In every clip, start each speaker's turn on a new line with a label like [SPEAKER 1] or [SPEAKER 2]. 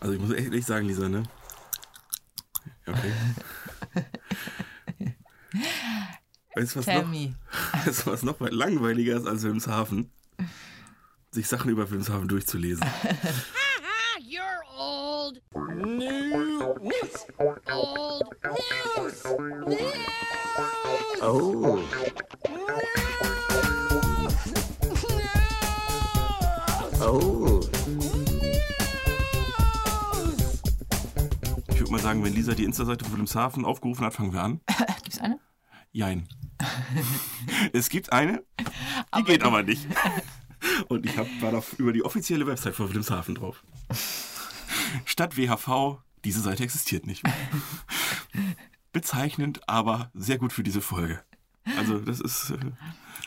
[SPEAKER 1] Also ich muss echt ehrlich sagen, Lisa, ne? Ja, Okay. weißt du, was noch,
[SPEAKER 2] Tammy.
[SPEAKER 1] weißt, du, was noch langweiliger ist als Wilmshaven? Sich Sachen über Wilmshaven durchzulesen.
[SPEAKER 3] Ah, you're old. News. Old news. News.
[SPEAKER 4] Oh. Oh.
[SPEAKER 1] Ich würde mal sagen, wenn Lisa die Insta-Seite von Wilmshaven aufgerufen hat, fangen wir an.
[SPEAKER 2] Gibt's eine?
[SPEAKER 1] Jein. es gibt eine, die geht aber nicht. Und ich hab, war da über die offizielle Website von Wilhelmshaven drauf. Stadt WHV, diese Seite existiert nicht. Bezeichnend, aber sehr gut für diese Folge. Also das ist, äh,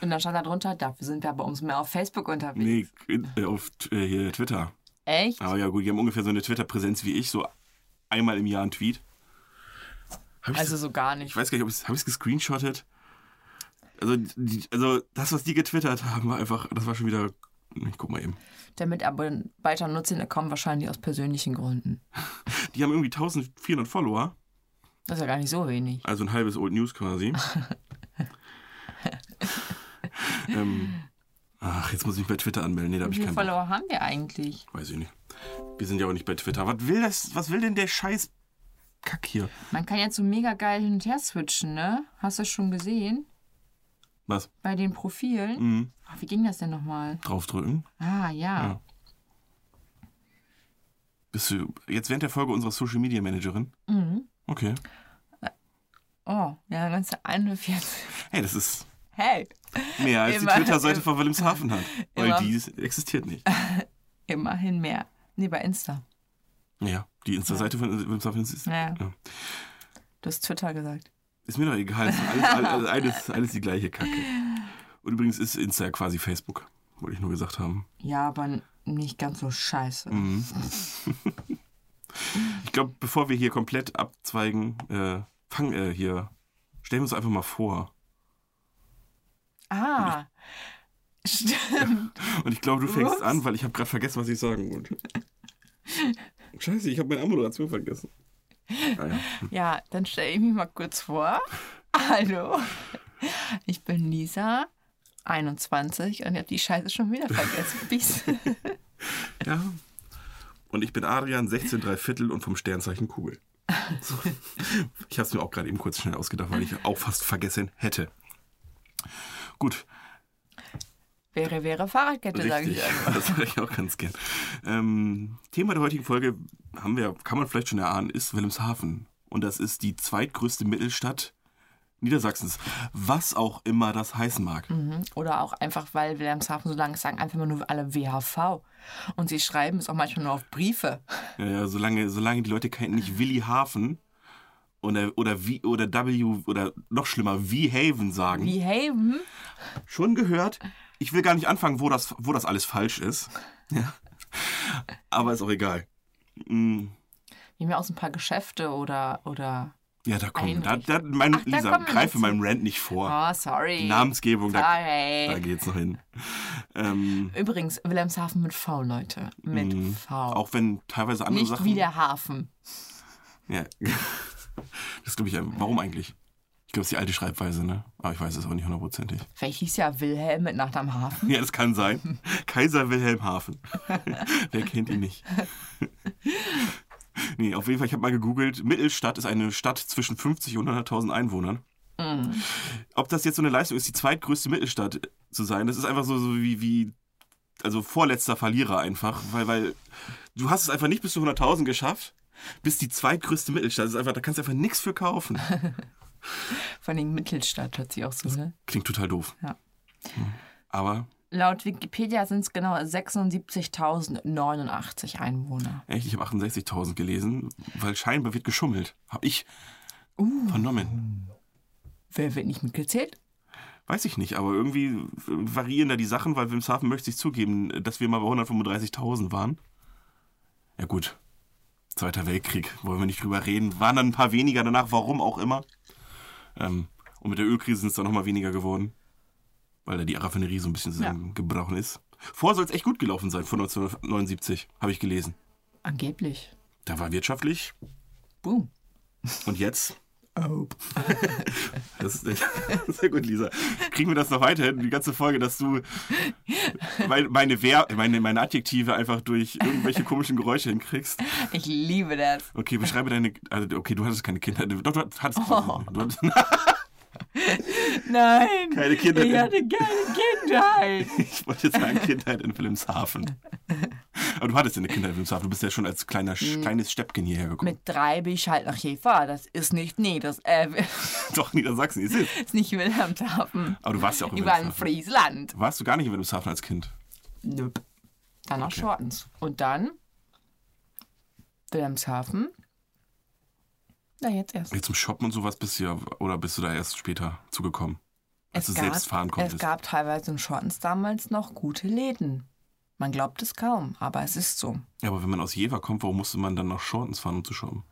[SPEAKER 2] Und dann stand da drunter, dafür sind wir aber umso mehr auf Facebook unterwegs.
[SPEAKER 1] nee, in- äh, auf T- äh, hier Twitter.
[SPEAKER 2] Echt?
[SPEAKER 1] Aber ja gut, die haben ungefähr so eine Twitter-Präsenz wie ich, so einmal im Jahr ein Tweet. Hab ich
[SPEAKER 2] Also so gar nicht.
[SPEAKER 1] Ich weiß gar nicht, ob ich es gescreenshottet. Also, die, also das, was die getwittert haben, war einfach, das war schon wieder. Ich guck mal eben.
[SPEAKER 2] Der Mitarbeiter nutzt den Account wahrscheinlich aus persönlichen Gründen.
[SPEAKER 1] Die haben irgendwie 1400 Follower,
[SPEAKER 2] Das ist ja gar nicht so wenig.
[SPEAKER 1] also ein halbes Old News quasi. ähm, ach, jetzt muss ich mich bei Twitter anmelden. Nee, da habe
[SPEAKER 2] Wie
[SPEAKER 1] ich
[SPEAKER 2] viele
[SPEAKER 1] keinen Bock.
[SPEAKER 2] Follower haben wir eigentlich?
[SPEAKER 1] Weiß ich nicht. Wir sind ja auch nicht bei Twitter. Was will das? Was will denn der Scheiß Kack hier?
[SPEAKER 2] Man kann jetzt so mega geil hin und her switchen, ne? Hast du das schon gesehen?
[SPEAKER 1] Was?
[SPEAKER 2] Bei den Profilen?
[SPEAKER 1] Mhm.
[SPEAKER 2] Ach, wie ging das denn nochmal?
[SPEAKER 1] Draufdrücken.
[SPEAKER 2] Ah, ja.
[SPEAKER 1] Ja. Bist du jetzt während der Folge unserer Social Media Managerin?
[SPEAKER 2] Mhm.
[SPEAKER 1] Okay.
[SPEAKER 2] Oh, ja, ganze 41.
[SPEAKER 1] Hey, das ist.
[SPEAKER 2] Hey,
[SPEAKER 1] Mehr als
[SPEAKER 2] Immer-
[SPEAKER 1] die Twitter-Seite von Wilhelmshaven hat. Weil
[SPEAKER 2] Immer-
[SPEAKER 1] die ist- existiert nicht.
[SPEAKER 2] immerhin mehr. Nee, bei Insta.
[SPEAKER 1] Ja, die Insta-Seite von Wilhelmshaven ist,
[SPEAKER 2] Ja.
[SPEAKER 1] Ja.
[SPEAKER 2] Du hast Twitter gesagt.
[SPEAKER 1] ist mir doch egal. Ist alles, alles, alles, alles die gleiche Kacke. Und übrigens ist Insta ja quasi Facebook, wollte ich nur gesagt haben.
[SPEAKER 2] Ja, aber n- nicht ganz so scheiße.
[SPEAKER 1] Mhm. ich glaube, bevor wir hier komplett abzweigen, äh, fangen äh, hier. Stellen wir uns einfach mal vor.
[SPEAKER 2] Ah, stimmt.
[SPEAKER 1] Und ich glaube, du fängst
[SPEAKER 2] Ups.
[SPEAKER 1] an, weil ich habe gerade vergessen, was ich sagen wollte. Scheiße, ich habe meine Ammoderation vergessen. Ah, ja.
[SPEAKER 2] Ja, dann stelle ich mich mal kurz vor. Hallo, ich bin Lisa, 21 und ich habe die Scheiße schon wieder vergessen. Bis-
[SPEAKER 1] Ja. Und ich bin Adrian, 16, drei Viertel und vom Sternzeichen Kugel. So. Ich habe es mir auch gerade eben kurz schnell ausgedacht, weil ich auch fast vergessen hätte. Gut,
[SPEAKER 2] wäre, wäre Fahrradkette, sage
[SPEAKER 1] richtig.
[SPEAKER 2] ich. einfach.
[SPEAKER 1] Das sage ich auch ganz gern. Ähm, Thema der heutigen Folge haben wir, kann man vielleicht schon erahnen, ist Wilhelmshaven. Und das ist die zweitgrößte Mittelstadt Niedersachsens. Was auch immer das heißen mag.
[SPEAKER 2] Mhm. Oder auch einfach, weil Wilhelmshaven so lange ist, sagen einfach immer nur alle WHV. Und sie schreiben es auch manchmal nur auf Briefe.
[SPEAKER 1] Ja, ja, solange, solange die Leute kennen nicht Willi Hafen oder, oder, wie, oder W oder noch schlimmer, wie Haven sagen.
[SPEAKER 2] Wie hm? Haven?
[SPEAKER 1] Schon gehört. Ich will gar nicht anfangen, wo das, wo das alles falsch ist. Ja. Aber ist auch egal. Mm.
[SPEAKER 2] Wie mir aus ein paar Geschäfte oder. oder
[SPEAKER 1] Ja, da kommen. Da, da,
[SPEAKER 2] Einrichtung.
[SPEAKER 1] mein,
[SPEAKER 2] Ach, da
[SPEAKER 1] Lisa,
[SPEAKER 2] kommen wir
[SPEAKER 1] greife
[SPEAKER 2] dazu.
[SPEAKER 1] meinem Rant nicht vor.
[SPEAKER 2] oh, sorry.
[SPEAKER 1] Namensgebung, da, da
[SPEAKER 2] Sorry.
[SPEAKER 1] geht's noch hin. Ähm,
[SPEAKER 2] Übrigens, Wilhelmshaven mit V, Leute. Mit
[SPEAKER 1] mm.
[SPEAKER 2] V.
[SPEAKER 1] Auch wenn teilweise andere
[SPEAKER 2] Nicht
[SPEAKER 1] Sachen.
[SPEAKER 2] wie der Hafen.
[SPEAKER 1] Ja. Das glaube ich. ja. Warum eigentlich? Ich glaube, es ist die alte Schreibweise, ne? Aber ich weiß es auch nicht hundertprozentig.
[SPEAKER 2] Vielleicht hieß ja Wilhelm mit nach dem Hafen.
[SPEAKER 1] Ja, das kann sein. Kaiser Wilhelm Hafen. Wer kennt ihn nicht? Nee, auf jeden Fall, ich habe mal gegoogelt, Mittelstadt ist eine Stadt zwischen 50 und 100.000 Einwohnern. Ob das jetzt so eine Leistung ist, die zweitgrößte Mittelstadt zu sein, das ist einfach so, so wie, wie, also vorletzter Verlierer einfach, weil, weil du hast es einfach nicht bis zu 100.000 geschafft, bis die zweitgrößte Mittelstadt. Das ist einfach, da kannst du einfach nichts für kaufen.
[SPEAKER 2] Vor allem Mittelstadt hört sich auch so, ne?
[SPEAKER 1] Klingt total doof. Hm.
[SPEAKER 2] Ja.
[SPEAKER 1] Aber
[SPEAKER 2] Laut Wikipedia sind es genau 76.089 Einwohner.
[SPEAKER 1] Echt, ich habe 68.000 gelesen, weil scheinbar wird geschummelt. Habe ich vernommen.
[SPEAKER 2] Wer wird nicht mitgezählt?
[SPEAKER 1] Weiß ich nicht, aber irgendwie äh, variieren da die Sachen, weil Wilmshaven möchte sich zugeben, dass wir mal bei 135.000 waren. Ja gut, Zweiter Weltkrieg, wollen wir nicht drüber reden. Waren dann ein paar weniger danach, warum auch immer. Ähm, und mit der Ölkrise sind es dann nochmal weniger geworden, weil da die Raffinerie so ein bisschen zusammengebrochen ist. Vorher soll es echt gut gelaufen sein, vor 1979, habe ich gelesen.
[SPEAKER 2] Angeblich.
[SPEAKER 1] Da war wirtschaftlich.
[SPEAKER 2] Boom.
[SPEAKER 1] Und jetzt?
[SPEAKER 2] Oh.
[SPEAKER 1] Das ist sehr gut, Lisa. Kriegen wir das noch weiterhin, die ganze Folge, dass du mein- meine, Wer meine, meine Adjektive einfach durch irgendwelche komischen Geräusche hinkriegst?
[SPEAKER 2] Ich liebe das.
[SPEAKER 1] Okay, beschreibe deine. Also, okay, du hattest keine Kinder. Doch, du hattest.
[SPEAKER 2] Oh.
[SPEAKER 1] Du hattest
[SPEAKER 2] Nein.
[SPEAKER 1] Keine Kinder-
[SPEAKER 2] Ich hatte keine Kindheit.
[SPEAKER 1] ich wollte sagen, Kindheit in Wilhelmshaven. Aber du hattest ja eine Kindheit in Wilhelmshaven. Du bist ja schon als kleiner,
[SPEAKER 2] Hm.
[SPEAKER 1] Sch- kleines Steppchen hierher gekommen.
[SPEAKER 2] Mit drei bin ich halt nach Jever. Das ist nicht Nieders. Äh,
[SPEAKER 1] Doch, Niedersachsen ist es.
[SPEAKER 2] ist nicht Wilhelmshaven.
[SPEAKER 1] Aber du warst ja auch in
[SPEAKER 2] Ich war in
[SPEAKER 1] Wilhelmshaven.
[SPEAKER 2] Friesland.
[SPEAKER 1] Warst du gar nicht in Wilhelmshaven als Kind?
[SPEAKER 2] Nöp. Dann nach
[SPEAKER 1] Okay.
[SPEAKER 2] Schortens. Und dann Wilhelmshaven. Na, jetzt erst.
[SPEAKER 1] Jetzt zum Shoppen und sowas bist du ja, oder bist du da erst später zugekommen? Als du Also selbst fahren
[SPEAKER 2] Es
[SPEAKER 1] konntest.
[SPEAKER 2] gab teilweise in Schortens damals noch gute Läden. Man glaubt es kaum, aber es ist so.
[SPEAKER 1] Ja, aber wenn man aus Jever kommt, warum musste man dann nach Shortens fahren, um zu shoppen?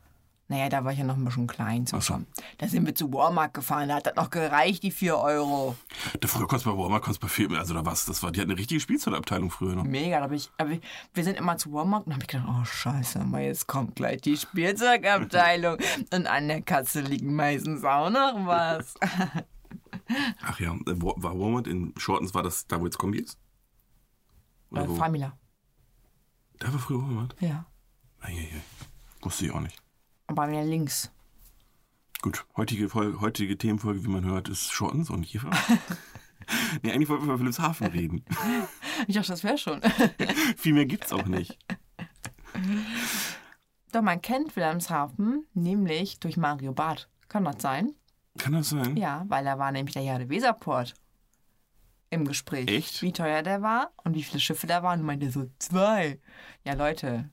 [SPEAKER 2] Naja, da war ich ja noch ein bisschen klein zum
[SPEAKER 1] Ach so.
[SPEAKER 2] Shoppen. Da sind wir zu Walmart gefahren, da hat das noch gereicht, die 4 Euro.
[SPEAKER 1] Da früher konntest du bei Walmart, konntest du bei Filmen, also da was, das war, die hatten eine richtige Spielzeutabteilung früher noch.
[SPEAKER 2] Mega, da hab ich, aber wir sind immer zu Walmart und habe ich gedacht, oh scheiße, mal jetzt kommt gleich die Spielzeugabteilung. Und an der Katze liegt meistens auch noch was.
[SPEAKER 1] Ach ja, äh, Wa- war Walmart in Shortens, war das da, wo jetzt Kombi ist? Oder
[SPEAKER 2] Äh,
[SPEAKER 1] wo?
[SPEAKER 2] Famila,
[SPEAKER 1] Da war früher Walmart?
[SPEAKER 2] ja.
[SPEAKER 1] Eieiei. Wusste ich auch nicht.
[SPEAKER 2] Aber mir links.
[SPEAKER 1] Gut, heutige, Fol- heutige Themenfolge, wie man hört, ist Shortens und Jever. nee, eigentlich wollten wir über Wilhelmshaven reden.
[SPEAKER 2] Ich dachte, das wäre schon.
[SPEAKER 1] Viel mehr gibt's auch nicht.
[SPEAKER 2] Doch man kennt Wilhelmshaven nämlich durch Mario Barth. Kann das sein?
[SPEAKER 1] Kann das sein?
[SPEAKER 2] Ja, weil da war nämlich der Jade Weserport im Gespräch.
[SPEAKER 1] Echt?
[SPEAKER 2] Wie teuer der war und wie viele Schiffe da waren. Und meinte so, zwei. Ja, Leute,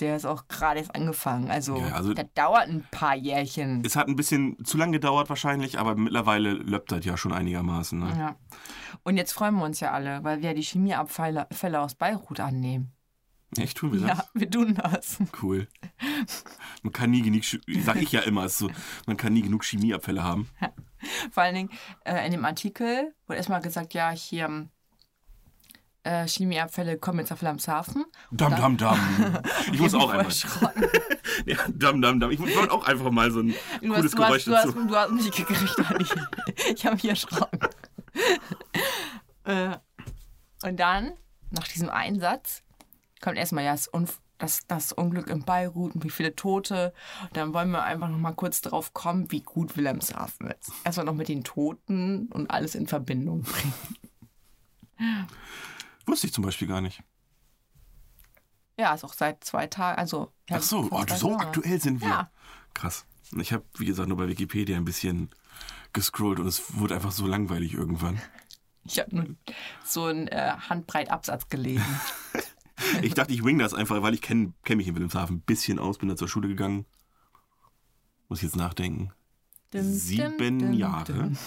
[SPEAKER 2] der ist auch gerade erst angefangen. Also,
[SPEAKER 1] Ja, also-
[SPEAKER 2] das dauert ein paar Jährchen.
[SPEAKER 1] Es hat ein bisschen zu lange gedauert wahrscheinlich, aber mittlerweile löppt das ja schon einigermaßen. Ne?
[SPEAKER 2] Ja. Und jetzt freuen wir uns ja alle, weil wir ja die Chemieabfälle Fälle aus Beirut annehmen.
[SPEAKER 1] Echt, tun wir das?
[SPEAKER 2] Mhm. Ja, wir tun das.
[SPEAKER 1] Cool. Man kann nie genug, Chi- sag ich ja immer, ist so, man kann nie genug Chemieabfälle haben.
[SPEAKER 2] Vor allen Dingen äh, in dem Artikel wurde erstmal gesagt, ja, hier ähm, äh, Chemieabfälle kommen jetzt auf Wilhelmshaven.
[SPEAKER 1] Dam, dam, dam. Ich muss auch einmal.
[SPEAKER 2] Erschrocken.
[SPEAKER 1] Ja, dam, dam, dam. Ich wollte auch einfach mal so ein
[SPEAKER 2] Du,
[SPEAKER 1] cooles
[SPEAKER 2] hast, du,
[SPEAKER 1] Geräusch
[SPEAKER 2] hast, du, hast,
[SPEAKER 1] dazu.
[SPEAKER 2] du hast mich gekriegt, Anni. Ich habe mich erschrocken. äh, und dann, nach diesem Einsatz, kommt erstmal ja das, Unf das, das Unglück in Beirut und wie viele Tote. Und dann wollen wir einfach noch mal kurz drauf kommen, wie gut Wilhelmshaven ist. Erstmal noch mit den Toten und alles in Verbindung bringen.
[SPEAKER 1] Wusste ich zum Beispiel gar nicht.
[SPEAKER 2] Ja, ist auch seit zwei Tagen, also... ja,
[SPEAKER 1] Ach so,
[SPEAKER 2] vor
[SPEAKER 1] oh,
[SPEAKER 2] zwei
[SPEAKER 1] so
[SPEAKER 2] Tagen.
[SPEAKER 1] aktuell sind wir.
[SPEAKER 2] Ja.
[SPEAKER 1] Krass. Ich habe, wie gesagt, nur bei Wikipedia ein bisschen gescrollt und es wurde einfach so langweilig irgendwann.
[SPEAKER 2] Ich habe nur so einen äh, handbreit Absatz gelesen.
[SPEAKER 1] Ich dachte, ich wing das einfach, weil ich kenne kenn mich in Wilhelmshaven ein bisschen aus, bin da zur Schule gegangen. Muss ich jetzt nachdenken.
[SPEAKER 2] Dum,
[SPEAKER 1] Sieben
[SPEAKER 2] dum, dum,
[SPEAKER 1] Jahre.
[SPEAKER 2] dum.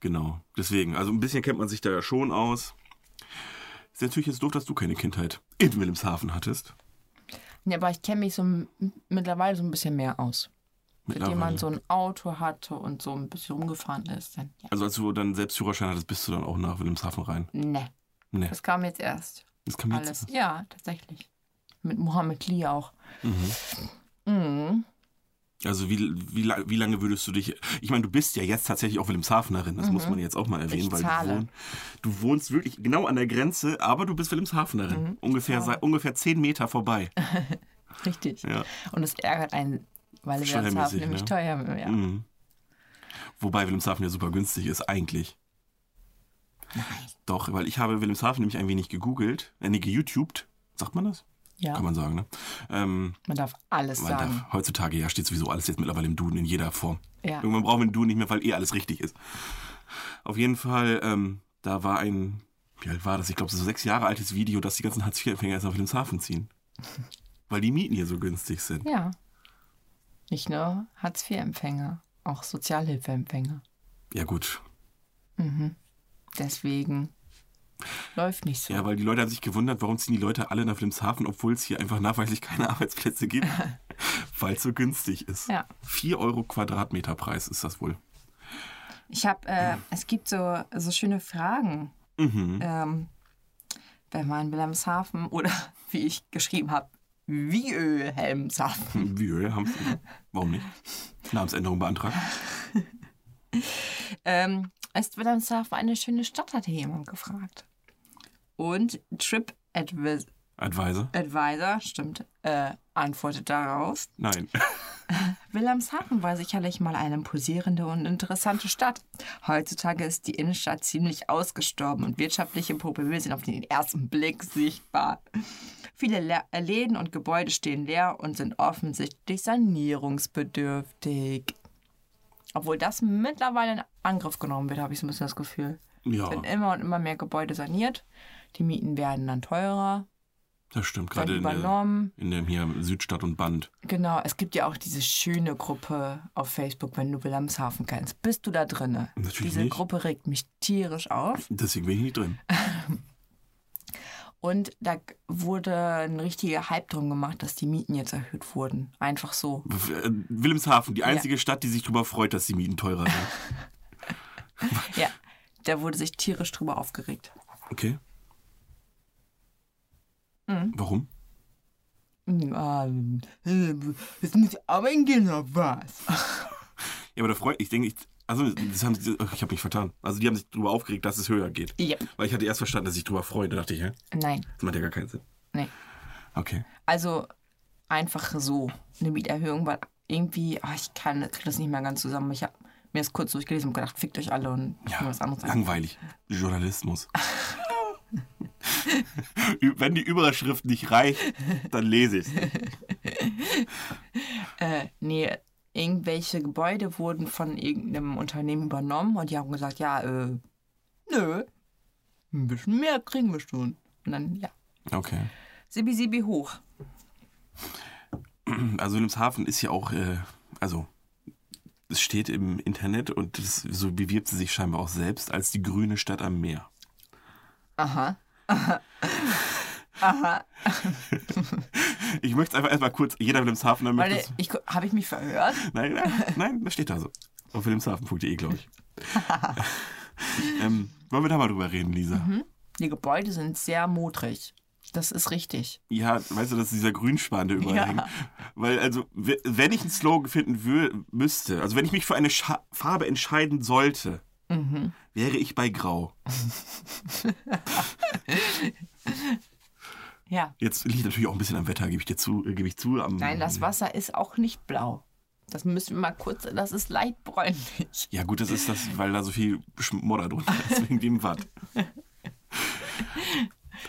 [SPEAKER 1] Genau, deswegen. Also ein bisschen kennt man sich da ja schon aus. Ist natürlich jetzt doof, dass du keine Kindheit in Wilhelmshaven hattest.
[SPEAKER 2] Ja, aber ich kenne mich so m- mittlerweile so ein bisschen mehr aus. Seitdem man so ein Auto hatte und so ein bisschen rumgefahren ist, dann ja.
[SPEAKER 1] Also als du dann selbst Führerschein hattest, bist du dann auch nach Wilhelmshaven rein.
[SPEAKER 2] Ne,
[SPEAKER 1] Nee,
[SPEAKER 2] das kam jetzt erst.
[SPEAKER 1] das kann man
[SPEAKER 2] Alles.
[SPEAKER 1] jetzt.
[SPEAKER 2] Ja, tatsächlich. Mit Mohammed Lee auch.
[SPEAKER 1] Mhm.
[SPEAKER 2] Mhm.
[SPEAKER 1] Also wie, wie, la- wie lange würdest du dich... Ich meine, du bist ja jetzt tatsächlich auch Wilhelmshavenerin. Das muss man jetzt auch mal erwähnen.
[SPEAKER 2] Mhm. Ich
[SPEAKER 1] weil
[SPEAKER 2] zahle.
[SPEAKER 1] Du, wohn, du wohnst wirklich genau an der Grenze, aber du bist Wilhelmshavenerin.
[SPEAKER 2] Mhm.
[SPEAKER 1] Ungefähr, sei, ungefähr zehn Meter vorbei.
[SPEAKER 2] Richtig.
[SPEAKER 1] Ja.
[SPEAKER 2] Und das ärgert einen, weil wir das
[SPEAKER 1] Steuermäßig,
[SPEAKER 2] haben, nämlich
[SPEAKER 1] ne?
[SPEAKER 2] teuer. Ja.
[SPEAKER 1] Mhm. Wobei Wilhelmshaven ja super günstig ist, eigentlich. Doch, weil ich habe Wilhelmshaven nämlich ein wenig gegoogelt, äh, nee, geYouTubed, sagt man das?
[SPEAKER 2] ja.
[SPEAKER 1] Kann man sagen, ne? Ähm,
[SPEAKER 2] Man darf alles
[SPEAKER 1] man
[SPEAKER 2] sagen.
[SPEAKER 1] darf, heutzutage ja steht sowieso alles jetzt mittlerweile im Duden in jeder Form.
[SPEAKER 2] Ja.
[SPEAKER 1] Irgendwann brauchen wir den Duden nicht mehr, weil eh alles richtig ist. Auf jeden Fall, ähm, da war ein, wie alt war das? Ich glaube, so sechs Jahre altes Video, dass die ganzen Hartz-IV-Empfänger jetzt nach Wilhelmshaven ziehen. Weil die Mieten hier so günstig sind.
[SPEAKER 2] ja. Nicht nur Hartz-IV-Empfänger, auch Sozialhilfeempfänger.
[SPEAKER 1] Ja, gut.
[SPEAKER 2] Deswegen läuft nicht so.
[SPEAKER 1] Ja, weil die Leute haben sich gewundert, warum ziehen die Leute alle nach Wilhelmshaven, obwohl es hier einfach nachweislich keine Arbeitsplätze gibt, weil es so günstig ist.
[SPEAKER 2] Ja.
[SPEAKER 1] 4 Euro Quadratmeterpreis ist das wohl.
[SPEAKER 2] Ich habe, äh, es gibt so, so schöne Fragen,
[SPEAKER 1] Mhm.
[SPEAKER 2] ähm, wenn man in Wilhelmshaven oder wie ich geschrieben habe, Wilhelmshaven.
[SPEAKER 1] Wie Öl haben sie. Warum nicht? Namensänderung beantragen.
[SPEAKER 2] Ähm, ist Wilhelmshaven eine schöne Stadt, hatte jemand gefragt. Und Trip Advis
[SPEAKER 1] Advisor?
[SPEAKER 2] Advisor, stimmt, äh, antwortet darauf.
[SPEAKER 1] Nein.
[SPEAKER 2] Wilhelmshaven war sicherlich mal eine pulsierende und interessante Stadt. Heutzutage ist die Innenstadt ziemlich ausgestorben und wirtschaftliche Probleme sind auf den ersten Blick sichtbar. Viele Lä- Läden und Gebäude stehen leer und sind offensichtlich sanierungsbedürftig. Obwohl das mittlerweile in Angriff genommen wird, habe ich so ein bisschen das Gefühl.
[SPEAKER 1] Ja,
[SPEAKER 2] Es werden immer und immer mehr Gebäude saniert. Die Mieten werden dann teurer,
[SPEAKER 1] das stimmt.
[SPEAKER 2] dann
[SPEAKER 1] Gerade in der,
[SPEAKER 2] übernommen.
[SPEAKER 1] in dem hier Südstadt und Band.
[SPEAKER 2] Genau, es gibt ja auch diese schöne Gruppe auf Facebook, wenn du Wilhelmshaven kennst. Bist du da drinne?
[SPEAKER 1] Natürlich
[SPEAKER 2] Diese
[SPEAKER 1] nicht.
[SPEAKER 2] Gruppe regt mich tierisch auf.
[SPEAKER 1] Deswegen bin ich nicht drin.
[SPEAKER 2] Und da g- wurde ein richtiger Hype drum gemacht, dass die Mieten jetzt erhöht wurden. Einfach so.
[SPEAKER 1] Äh, Wilhelmshaven, die einzige Stadt, die sich darüber freut, dass die Mieten teurer sind.
[SPEAKER 2] Ja, da wurde sich tierisch drüber aufgeregt.
[SPEAKER 1] Okay. Warum?
[SPEAKER 2] Hm, ähm, äh, Jetzt muss ich arbeiten gehen oder was?
[SPEAKER 1] Ja, aber da freut ich denke, ich, also das haben sie, ach, ich habe mich vertan. Also die haben sich darüber aufgeregt, dass es höher geht.
[SPEAKER 2] Ja.
[SPEAKER 1] Weil ich hatte erst verstanden, dass ich drüber freue. Da dachte ich, hä?
[SPEAKER 2] Nein,
[SPEAKER 1] Das macht ja gar keinen Sinn.
[SPEAKER 2] nee.
[SPEAKER 1] Okay.
[SPEAKER 2] Also einfach so eine Mieterhöhung, weil irgendwie, ah, ich kann krieg das nicht mehr ganz zusammen. Ich habe mir das kurz durchgelesen und gedacht, fickt euch alle und ich
[SPEAKER 1] Ja,
[SPEAKER 2] mir was anderes ein.
[SPEAKER 1] langweilig. Journalismus. Ü- Wenn die Überschrift nicht reicht, dann lese ich
[SPEAKER 2] Äh, nee, irgendwelche Gebäude wurden von irgendeinem Unternehmen übernommen und die haben gesagt, ja, äh, nö, ein bisschen mehr kriegen wir schon. Und dann, ja,
[SPEAKER 1] Okay.
[SPEAKER 2] Sibi Sibi hoch.
[SPEAKER 1] Also Wilhelmshaven ist ja auch, äh, also es steht im Internet und das, so bewirbt sie sich scheinbar auch selbst als die grüne Stadt am Meer.
[SPEAKER 2] Aha.
[SPEAKER 1] Ich möchte es einfach erstmal kurz, jeder Wilhelmshavener möchte
[SPEAKER 2] Weil
[SPEAKER 1] es.
[SPEAKER 2] ich habe ich mich verhört?
[SPEAKER 1] Nein, nein, nein, das steht da so. Auf wilhelmshaven.de, glaube ich. ähm, wollen wir da mal drüber reden, Lisa?
[SPEAKER 2] Die Gebäude sind sehr modrig. Das ist richtig.
[SPEAKER 1] Ja, weißt du, dass dieser Grünspan da überall
[SPEAKER 2] Ja.
[SPEAKER 1] hängt. Weil, also, we- wenn ich einen Slogan finden wü- müsste, also wenn ich mich für eine Scha Farbe entscheiden sollte,
[SPEAKER 2] Mhm.
[SPEAKER 1] wäre ich bei Grau.
[SPEAKER 2] Ja.
[SPEAKER 1] Jetzt liegt natürlich auch ein bisschen am Wetter, gebe ich dir zu. Äh, gebe ich zu am,
[SPEAKER 2] Nein, das Wasser ist auch nicht blau. Das müssen wir mal kurz, das ist leicht bräunlich.
[SPEAKER 1] Ja, gut, das ist das, weil da so viel Schmodder drunter ist wegen dem Watt.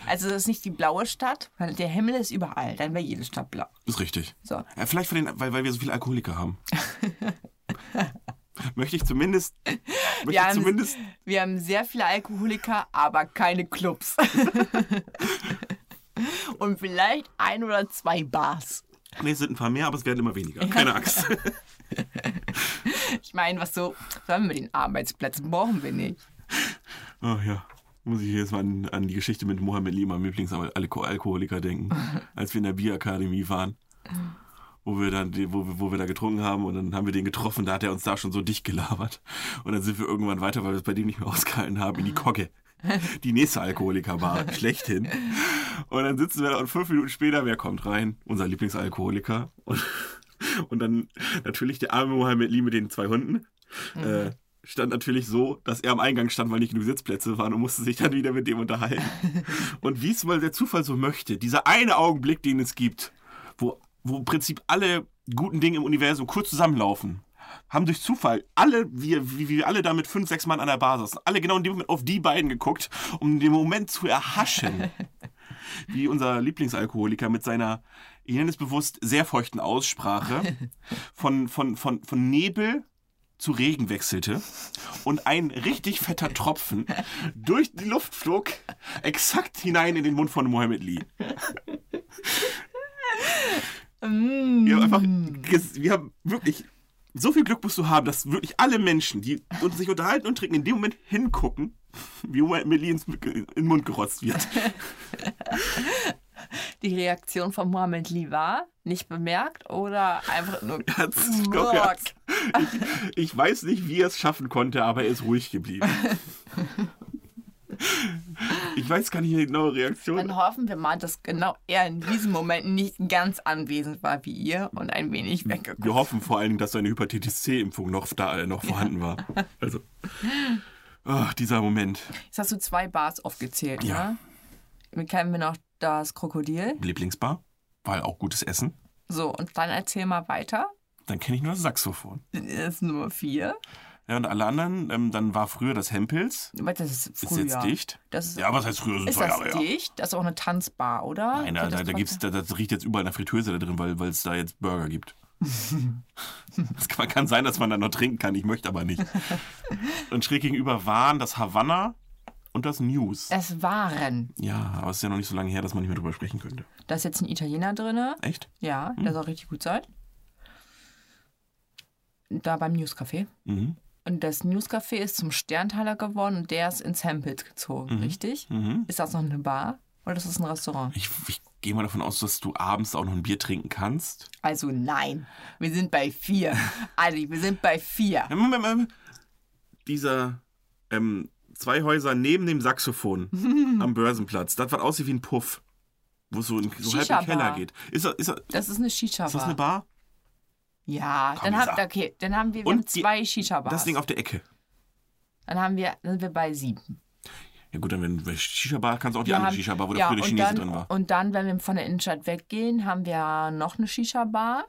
[SPEAKER 2] Also das ist nicht die blaue Stadt, weil der Himmel ist überall, dann wäre jede Stadt blau.
[SPEAKER 1] Ist richtig.
[SPEAKER 2] So.
[SPEAKER 1] Ja, vielleicht, für den, weil, weil wir so viele Alkoholiker haben. möchte ich zumindest. Möchte
[SPEAKER 2] Wir
[SPEAKER 1] ich
[SPEAKER 2] haben,
[SPEAKER 1] zumindest.
[SPEAKER 2] wir haben sehr viele Alkoholiker, aber keine Clubs. Und vielleicht ein oder zwei Bars.
[SPEAKER 1] Nee, es sind ein paar mehr, aber es werden immer weniger. Keine Angst.
[SPEAKER 2] Ich meine, was so sollen wir mit den Arbeitsplätzen? Brauchen wir nicht.
[SPEAKER 1] Oh ja. Muss ich jetzt mal an, an die Geschichte mit Mohammed Lee, meinem Lieblingsalkoholiker, denken. Als wir in der Bierakademie waren. Wo wir, dann, die- wo, wir, wo wir da getrunken haben und dann haben wir den getroffen, da hat er uns da schon so dicht gelabert. Und dann sind wir irgendwann weiter, weil wir es bei dem nicht mehr ausgehalten haben, in die Kogge. Die nächste Alkoholikerbar, schlechthin. Und dann sitzen wir da und fünf Minuten später, wer kommt rein? Unser Lieblingsalkoholiker. Und, und dann natürlich der arme Mohammed Lee mit den zwei Hunden. Äh, stand natürlich so, dass er am Eingang stand, weil nicht genug Sitzplätze waren und musste sich dann wieder mit dem unterhalten. und wie es mal der Zufall so möchte, dieser eine Augenblick, den es gibt, wo, wo im Prinzip alle guten Dinge im Universum kurz zusammenlaufen, haben durch Zufall alle, wir, wie wir alle da mit fünf, sechs Mann an der Bar saßen, alle genau in dem Moment auf die beiden geguckt, um den Moment zu erhaschen. wie unser Lieblingsalkoholiker mit seiner, ich nenne es bewusst, sehr feuchten Aussprache von, von, von, von Nebel zu Regen wechselte und ein richtig fetter Tropfen durch die Luft flog, exakt hinein in den Mund von Mohammed Lee.
[SPEAKER 2] Mm.
[SPEAKER 1] Wir haben einfach, ges- wir haben wirklich, so viel Glück musst du haben, dass wirklich alle Menschen, die uns sich unterhalten und trinken, in dem Moment hingucken, wie Mohammed Lee ins, in den Mund gerotzt wird.
[SPEAKER 2] Die Reaktion von Mohammed Lee war nicht bemerkt oder einfach nur.
[SPEAKER 1] Hat's, ich, glaub, er hat's. ich, ich weiß nicht, wie er es schaffen konnte, aber er ist ruhig geblieben. Ich weiß gar nicht die genaue Reaktion.
[SPEAKER 2] Dann hoffen wir mal, dass genau er in diesem Moment nicht ganz anwesend war wie ihr und ein wenig weggeguckt.
[SPEAKER 1] Wir hoffen vor allen Dingen, dass seine Hepatitis C-Impfung noch da äh, noch vorhanden war. Also, ach, dieser Moment.
[SPEAKER 2] Jetzt hast du zwei Bars aufgezählt,
[SPEAKER 1] Ja.
[SPEAKER 2] ja? Wir kennen wir noch das Krokodil.
[SPEAKER 1] Lieblingsbar, war auch gutes Essen.
[SPEAKER 2] So, und dann erzähl mal weiter.
[SPEAKER 1] Dann kenne ich nur das Saxophon.
[SPEAKER 2] Das ist Nummer vier.
[SPEAKER 1] Ja, und alle anderen, ähm, dann war früher das Hempels.
[SPEAKER 2] Aber Das ist
[SPEAKER 1] Ist
[SPEAKER 2] früher.
[SPEAKER 1] jetzt dicht.
[SPEAKER 2] Das ist,
[SPEAKER 1] Ja, was heißt früher? So
[SPEAKER 2] ist
[SPEAKER 1] zwei
[SPEAKER 2] das
[SPEAKER 1] Jahre, ja.
[SPEAKER 2] dicht? Das ist auch eine Tanzbar, oder?
[SPEAKER 1] Nein, da,
[SPEAKER 2] Geht
[SPEAKER 1] da,
[SPEAKER 2] das
[SPEAKER 1] da gibt's, da, das riecht jetzt überall nach Fritteuse da drin, weil weil es da jetzt Burger gibt. Es kann, kann sein, dass man da noch trinken kann, ich möchte aber nicht. Und schräg gegenüber waren das Havanna und das News.
[SPEAKER 2] trotzdem? Es waren.
[SPEAKER 1] Ja, aber es ist ja noch nicht so lange her, dass man nicht mehr drüber sprechen könnte.
[SPEAKER 2] Da ist jetzt ein Italiener drin.
[SPEAKER 1] Echt?
[SPEAKER 2] Ja,
[SPEAKER 1] Hm.
[SPEAKER 2] der soll richtig gut sein. Da beim Newscafé.
[SPEAKER 1] Mhm.
[SPEAKER 2] Und das Newscafé ist zum Sternteiler geworden und der ist ins Hempels gezogen, richtig?
[SPEAKER 1] Mhm.
[SPEAKER 2] Ist das noch eine Bar oder ist das ein Restaurant?
[SPEAKER 1] Ich, ich gehe mal davon aus, dass du abends auch noch ein Bier trinken kannst.
[SPEAKER 2] Also nein, wir sind bei vier. Ali, wir sind bei vier.
[SPEAKER 1] Ähm, Moment, Moment. Dieser ähm, zwei Häuser neben dem Saxophon am Börsenplatz, das was aussieht wie ein Puff, wo es so, in, so halb in den
[SPEAKER 2] Shisha-Bar.
[SPEAKER 1] Keller geht. Ist das, ist das,
[SPEAKER 2] Das ist eine Shisha-Bar.
[SPEAKER 1] ist das eine Bar?
[SPEAKER 2] Ja,
[SPEAKER 1] Komm,
[SPEAKER 2] dann, hab,
[SPEAKER 1] sag.
[SPEAKER 2] okay, dann haben wir, wir
[SPEAKER 1] Und
[SPEAKER 2] haben
[SPEAKER 1] die-
[SPEAKER 2] zwei Shisha-Bars.
[SPEAKER 1] Das Ding auf der Ecke.
[SPEAKER 2] Dann haben wir, dann sind wir bei sieben.
[SPEAKER 1] Ja gut, dann wenn wenn Shisha-Bar kannst du auch die
[SPEAKER 2] Wir
[SPEAKER 1] andere
[SPEAKER 2] haben-
[SPEAKER 1] Shisha-Bar, wo
[SPEAKER 2] ja,
[SPEAKER 1] der früher der
[SPEAKER 2] und
[SPEAKER 1] Chinese
[SPEAKER 2] dann,
[SPEAKER 1] drin war.
[SPEAKER 2] Und dann, wenn wir von der Innenstadt weggehen, haben wir noch eine Shisha-Bar.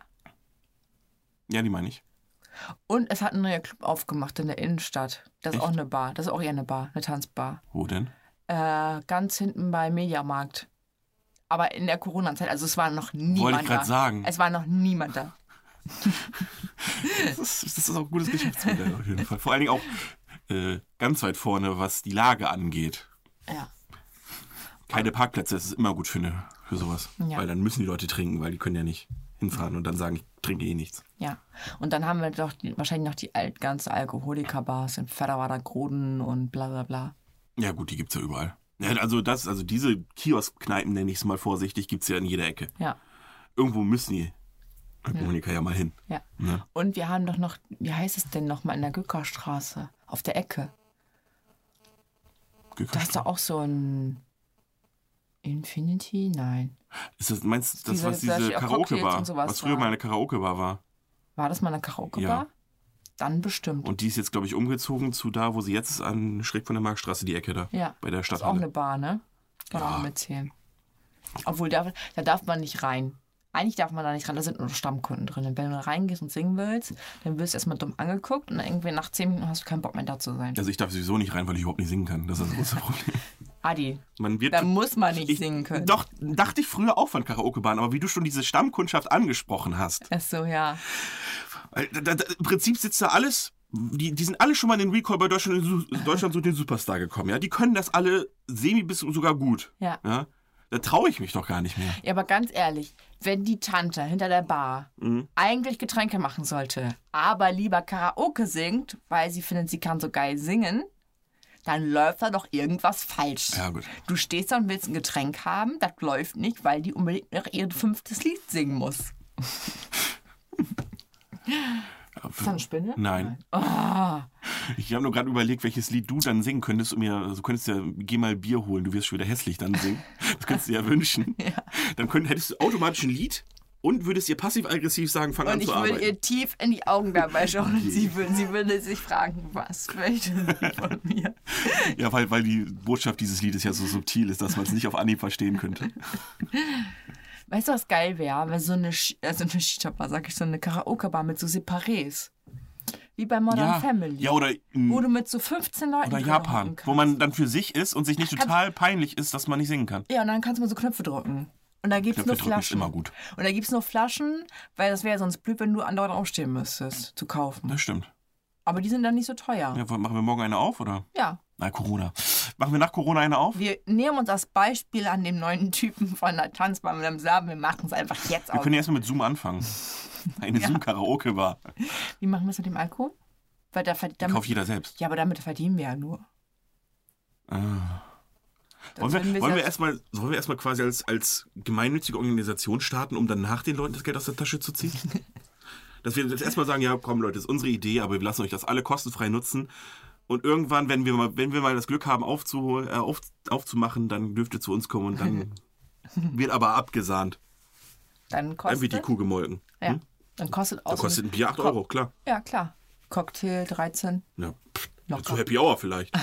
[SPEAKER 1] Ja, die meine ich.
[SPEAKER 2] Und es hat ein neuer Club aufgemacht in der Innenstadt. Das ist auch eine Bar. Das ist auch eher eine Bar, eine Tanzbar.
[SPEAKER 1] Wo denn?
[SPEAKER 2] Äh, ganz hinten bei Mediamarkt. Aber in der Corona-Zeit, also es war noch niemand
[SPEAKER 1] ich
[SPEAKER 2] da.
[SPEAKER 1] grad sagen.
[SPEAKER 2] Es war noch niemand da.
[SPEAKER 1] Das ist, das ist auch ein gutes Geschäftsmodell auf jeden Fall. Vor allen Dingen auch äh, ganz weit vorne, was die Lage angeht.
[SPEAKER 2] Ja.
[SPEAKER 1] Keine Parkplätze, das ist immer gut für, eine, für sowas.
[SPEAKER 2] Ja.
[SPEAKER 1] Weil dann müssen die Leute trinken, weil die können ja nicht hinfahren und dann sagen, ich trinke eh nichts.
[SPEAKER 2] Ja. Und dann haben wir doch die, wahrscheinlich noch die alt, ganze Alkoholiker-Bars in Ferrawada, Groden und bla bla bla.
[SPEAKER 1] Ja gut, die gibt's ja überall. Ja, also, das, also diese Kioskkneipen, nenne ich es mal vorsichtig, gibt's ja in jeder Ecke.
[SPEAKER 2] Ja.
[SPEAKER 1] Irgendwo müssen die Alkoholiker ja. mal hin.
[SPEAKER 2] Ja.
[SPEAKER 1] Ne?
[SPEAKER 2] Und wir haben doch noch, wie heißt es denn nochmal in der Gückerstraße? Auf der Ecke. Da ist doch auch so ein Infinity? Nein.
[SPEAKER 1] Ist das, meinst du, das
[SPEAKER 2] Diese-
[SPEAKER 1] was
[SPEAKER 2] da
[SPEAKER 1] diese
[SPEAKER 2] steht auch Cocktails
[SPEAKER 1] Karaoke-Bar,
[SPEAKER 2] und sowas
[SPEAKER 1] was früher
[SPEAKER 2] da.
[SPEAKER 1] mal eine Karaoke-Bar war.
[SPEAKER 2] War das mal eine Karaoke-Bar?
[SPEAKER 1] Ja.
[SPEAKER 2] Dann bestimmt.
[SPEAKER 1] Und die ist jetzt, glaube ich, umgezogen zu da, wo sie jetzt ist, an schräg von der Marktstraße, die Ecke da.
[SPEAKER 2] ja.
[SPEAKER 1] Bei der
[SPEAKER 2] Das ist auch eine
[SPEAKER 1] Stadthalle.
[SPEAKER 2] Bar, ne? Kann
[SPEAKER 1] Ja.
[SPEAKER 2] auch mitzählen. Obwohl, da, da darf man nicht rein. Eigentlich darf man da nicht rein, da sind nur Stammkunden drin. Und Wenn du reingehst und singen willst, dann wirst du erstmal dumm angeguckt und dann irgendwie nach 10 Minuten hast du keinen Bock mehr da zu sein.
[SPEAKER 1] Also ich darf sowieso nicht rein, weil ich überhaupt nicht singen kann. Das ist das große Problem.
[SPEAKER 2] Adi,
[SPEAKER 1] Man wird
[SPEAKER 2] da muss man nicht
[SPEAKER 1] ich,
[SPEAKER 2] singen können.
[SPEAKER 1] Doch, dachte ich früher auch von Karaoke-Bahn, aber wie du schon diese Stammkundschaft angesprochen hast.
[SPEAKER 2] Ach so, ja.
[SPEAKER 1] Weil Da, da, da, Im Prinzip sitzt da alles, die, die sind alle schon mal in den Recall bei Deutschland, Su- Deutschland so den Superstar gekommen. Ja? Die können das alle semi bis sogar gut.
[SPEAKER 2] Ja.
[SPEAKER 1] Ja? Da traue ich mich doch gar nicht mehr.
[SPEAKER 2] Ja, aber ganz ehrlich, wenn die Tante hinter der Bar
[SPEAKER 1] Mhm.
[SPEAKER 2] eigentlich Getränke machen sollte, aber lieber Karaoke singt, weil sie findet, sie kann so geil singen, dann läuft da doch irgendwas falsch.
[SPEAKER 1] Ja, gut.
[SPEAKER 2] Du stehst da und willst ein Getränk haben, das läuft nicht, weil die unbedingt noch ihr fünftes Lied singen muss. Ist das eine Spinne?
[SPEAKER 1] Nein.
[SPEAKER 2] Ah,
[SPEAKER 1] Ich habe nur gerade überlegt, welches Lied du dann singen könntest. Um mir, also du könntest ja, geh mal Bier holen, du wirst schon wieder hässlich dann singen. Das könntest du dir ja wünschen. Dann könnt, hättest du automatisch ein Lied und würdest ihr passiv-aggressiv sagen, fang an
[SPEAKER 2] und ich
[SPEAKER 1] zu
[SPEAKER 2] würde
[SPEAKER 1] arbeiten.
[SPEAKER 2] ihr tief in die Augen dabei schauen und sie würde, sie würde sich fragen, was möchte sie von mir?
[SPEAKER 1] Ja, weil, weil die Botschaft dieses Liedes ja so subtil ist, dass man es nicht auf Anhieb verstehen könnte.
[SPEAKER 2] Weißt du, was geil wäre? Weil so eine, Sch- äh, so eine Shisha-Bar, sag ich, so eine Karaoke-Bar mit so Separés. Wie bei Modern
[SPEAKER 1] ja.
[SPEAKER 2] Family.
[SPEAKER 1] ja, oder, in-
[SPEAKER 2] wo du mit so 15 Leuten
[SPEAKER 1] oder
[SPEAKER 2] karaoken
[SPEAKER 1] Japan,
[SPEAKER 2] kannst.
[SPEAKER 1] wo man dann für sich ist und sich nicht total peinlich ist, dass man nicht singen kann.
[SPEAKER 2] Ja, und dann kannst du mal so Knöpfe drücken. Und da gibt's
[SPEAKER 1] Knöpfe
[SPEAKER 2] nur
[SPEAKER 1] drücken ist
[SPEAKER 2] Flaschen.
[SPEAKER 1] immer gut.
[SPEAKER 2] Und da gibt's nur Flaschen, weil das wäre ja sonst blöd, wenn du andauernd aufstehen müsstest, zu kaufen.
[SPEAKER 1] Das stimmt.
[SPEAKER 2] Aber die sind dann nicht so teuer.
[SPEAKER 1] Ja, machen wir morgen eine auf, oder?
[SPEAKER 2] ja.
[SPEAKER 1] Na, Corona. Machen wir nach Corona eine auf?
[SPEAKER 2] Wir nehmen uns das Beispiel an dem neuen Typen von der Tanzbar mit dem Samen. Wir machen es einfach jetzt
[SPEAKER 1] Wir
[SPEAKER 2] auf.
[SPEAKER 1] können ja erstmal mit Zoom anfangen. Eine Zoom-Karaoke-Bar.
[SPEAKER 2] Wie machen wir es mit dem Alkohol? Weil da verd- damit,
[SPEAKER 1] Kauft jeder selbst.
[SPEAKER 2] ja, aber damit verdienen wir ja nur. Sonst
[SPEAKER 1] Ah. Wollen
[SPEAKER 2] würden
[SPEAKER 1] wir, wollen wir
[SPEAKER 2] selbst-
[SPEAKER 1] erstmal wollen wir erstmal quasi als, als gemeinnützige Organisation starten, um danach den Leuten das Geld aus der Tasche zu ziehen? Dass wir jetzt erstmal sagen, ja, komm Leute, das ist unsere Idee, aber wir lassen euch das alle kostenfrei nutzen. Und irgendwann, wenn wir mal, wenn wir mal das Glück haben, aufzuhol, äh, auf, aufzumachen, dann dürft ihr zu uns kommen und dann wird aber abgesahnt.
[SPEAKER 2] Dann
[SPEAKER 1] Dann
[SPEAKER 2] kostet,
[SPEAKER 1] wird die Kuh gemolken.
[SPEAKER 2] Ja, dann kostet auch
[SPEAKER 1] Da
[SPEAKER 2] so
[SPEAKER 1] kostet
[SPEAKER 2] ein-
[SPEAKER 1] ein Bier 8 Euro, klar.
[SPEAKER 2] Ja, klar. Cocktail 13.
[SPEAKER 1] Ja. pff,
[SPEAKER 2] Locker.
[SPEAKER 1] Zu Happy Hour vielleicht.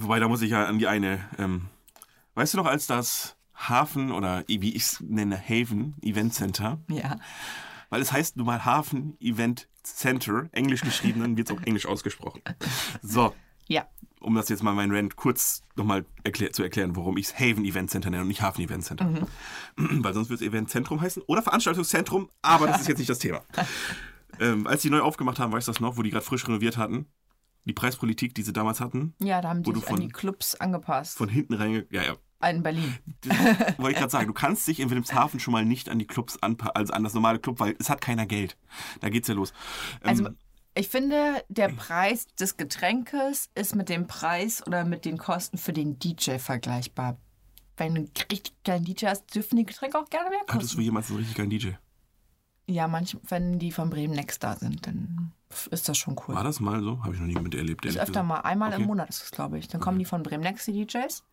[SPEAKER 1] Wobei, da muss ich ja an die eine. Ähm, weißt du noch, als das Hafen oder wie ich es nenne, Haven Event Center,
[SPEAKER 2] Ja.
[SPEAKER 1] weil es heißt nun mal Hafen Event Center, englisch geschrieben, dann wird es auch englisch ausgesprochen. So,
[SPEAKER 2] Ja.
[SPEAKER 1] um das jetzt mal mein Rant kurz nochmal erklär, zu erklären, warum ich es Haven Event Center nenne und nicht Hafen Event Center.
[SPEAKER 2] Mhm.
[SPEAKER 1] Weil sonst würde es Eventzentrum heißen oder Veranstaltungszentrum, aber das ist jetzt nicht das Thema. ähm, als die neu aufgemacht haben, weißt du das noch, wo die gerade frisch renoviert hatten? Die Preispolitik, die sie damals hatten,
[SPEAKER 2] Ja, da haben die
[SPEAKER 1] Wo du
[SPEAKER 2] sich an
[SPEAKER 1] von-
[SPEAKER 2] die Clubs angepasst.
[SPEAKER 1] von Ähm, hinten reinge... Ja, ja.
[SPEAKER 2] In Berlin.
[SPEAKER 1] Das wollte ich gerade sagen. Du kannst dich in Wilhelmshaven schon mal nicht an die Clubs anpassen, also an das normale Club, weil es hat keiner Geld. Da geht's ja los. Ähm,
[SPEAKER 2] Also ich finde, der Preis des Getränkes ist mit dem Preis oder mit den Kosten für den DJ vergleichbar. Wenn du einen richtig geilen DJ hast, dürfen die Getränke auch gerne mehr
[SPEAKER 1] hattest du
[SPEAKER 2] kosten.
[SPEAKER 1] jemals einen richtig geilen DJ?
[SPEAKER 2] Ja, manch, wenn die von Bremen Next da sind, dann ist das schon cool.
[SPEAKER 1] War das mal so? Habe ich noch nie miterlebt. ehrlich
[SPEAKER 2] Das ist öfter
[SPEAKER 1] gesagt.
[SPEAKER 2] mal, einmal
[SPEAKER 1] Okay.
[SPEAKER 2] im Monat ist das, glaube ich. Dann kommen die von Bremen Next, die DJs.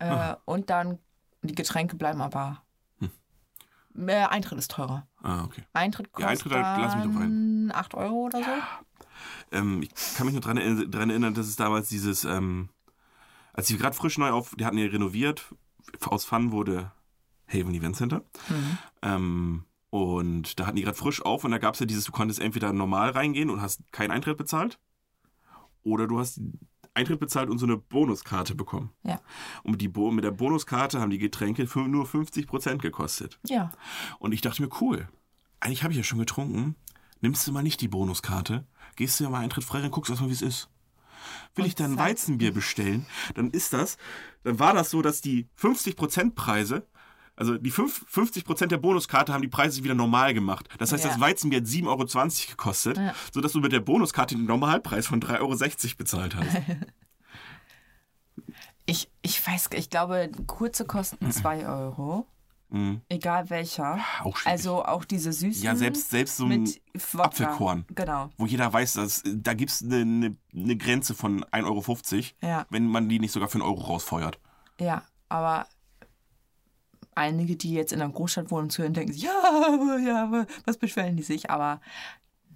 [SPEAKER 2] Äh,
[SPEAKER 1] Ah.
[SPEAKER 2] und dann, die Getränke bleiben aber. Äh, Eintritt ist teurer.
[SPEAKER 1] Ah, okay.
[SPEAKER 2] Eintritt kostet
[SPEAKER 1] Hm. Ja, Eintritt, da lass mich drauf
[SPEAKER 2] dann 8 Euro oder so.
[SPEAKER 1] Ähm, ich kann mich noch dran, erinner- dran erinnern, dass es damals dieses, ähm, als die gerade frisch neu auf, die hatten ja renoviert, aus Fun wurde Haven Event Center.
[SPEAKER 2] Mhm.
[SPEAKER 1] Ähm, und da hatten die gerade frisch auf und da gab es ja dieses, du konntest entweder normal reingehen und hast keinen Eintritt bezahlt oder du hast Eintritt bezahlt und so eine Bonuskarte bekommen.
[SPEAKER 2] Ja.
[SPEAKER 1] Und mit, die Bo mit der Bonuskarte haben die Getränke fün- nur 50% gekostet.
[SPEAKER 2] Ja.
[SPEAKER 1] Und ich dachte mir, cool, eigentlich habe ich ja schon getrunken. Nimmst du mal nicht die Bonuskarte, gehst du ja mal Eintritt frei, dann guckst erstmal, wie es ist. Will ich dann ein
[SPEAKER 2] zack.
[SPEAKER 1] Weizenbier bestellen, dann ist das, dann war das so, dass die 50% Preise, also die fünf- 50% der Bonuskarte haben die Preise wieder normal gemacht. Das heißt,
[SPEAKER 2] Ja.
[SPEAKER 1] das Weizenbier hat 7,20 Euro gekostet,
[SPEAKER 2] Ja.
[SPEAKER 1] sodass du mit der Bonuskarte den Normalpreis von 3,60 Euro bezahlt hast.
[SPEAKER 2] Ich, ich weiß, ich glaube, kurze kosten 2 Euro.
[SPEAKER 1] Mhm.
[SPEAKER 2] Egal welcher.
[SPEAKER 1] Auch schwierig.
[SPEAKER 2] Also auch diese süßen.
[SPEAKER 1] ja, selbst, selbst so ein
[SPEAKER 2] mit Wodka.
[SPEAKER 1] Apfelkorn.
[SPEAKER 2] Genau.
[SPEAKER 1] wo jeder weiß, dass, da gibt es eine ne, ne Grenze von 1,50 Euro,
[SPEAKER 2] Ja.
[SPEAKER 1] wenn man die nicht sogar für einen Euro rausfeuert.
[SPEAKER 2] Ja, aber einige, die jetzt in einer Großstadt wohnen und zuhören, denken sich, ja, aber, ja, aber, was beschweren die sich? Aber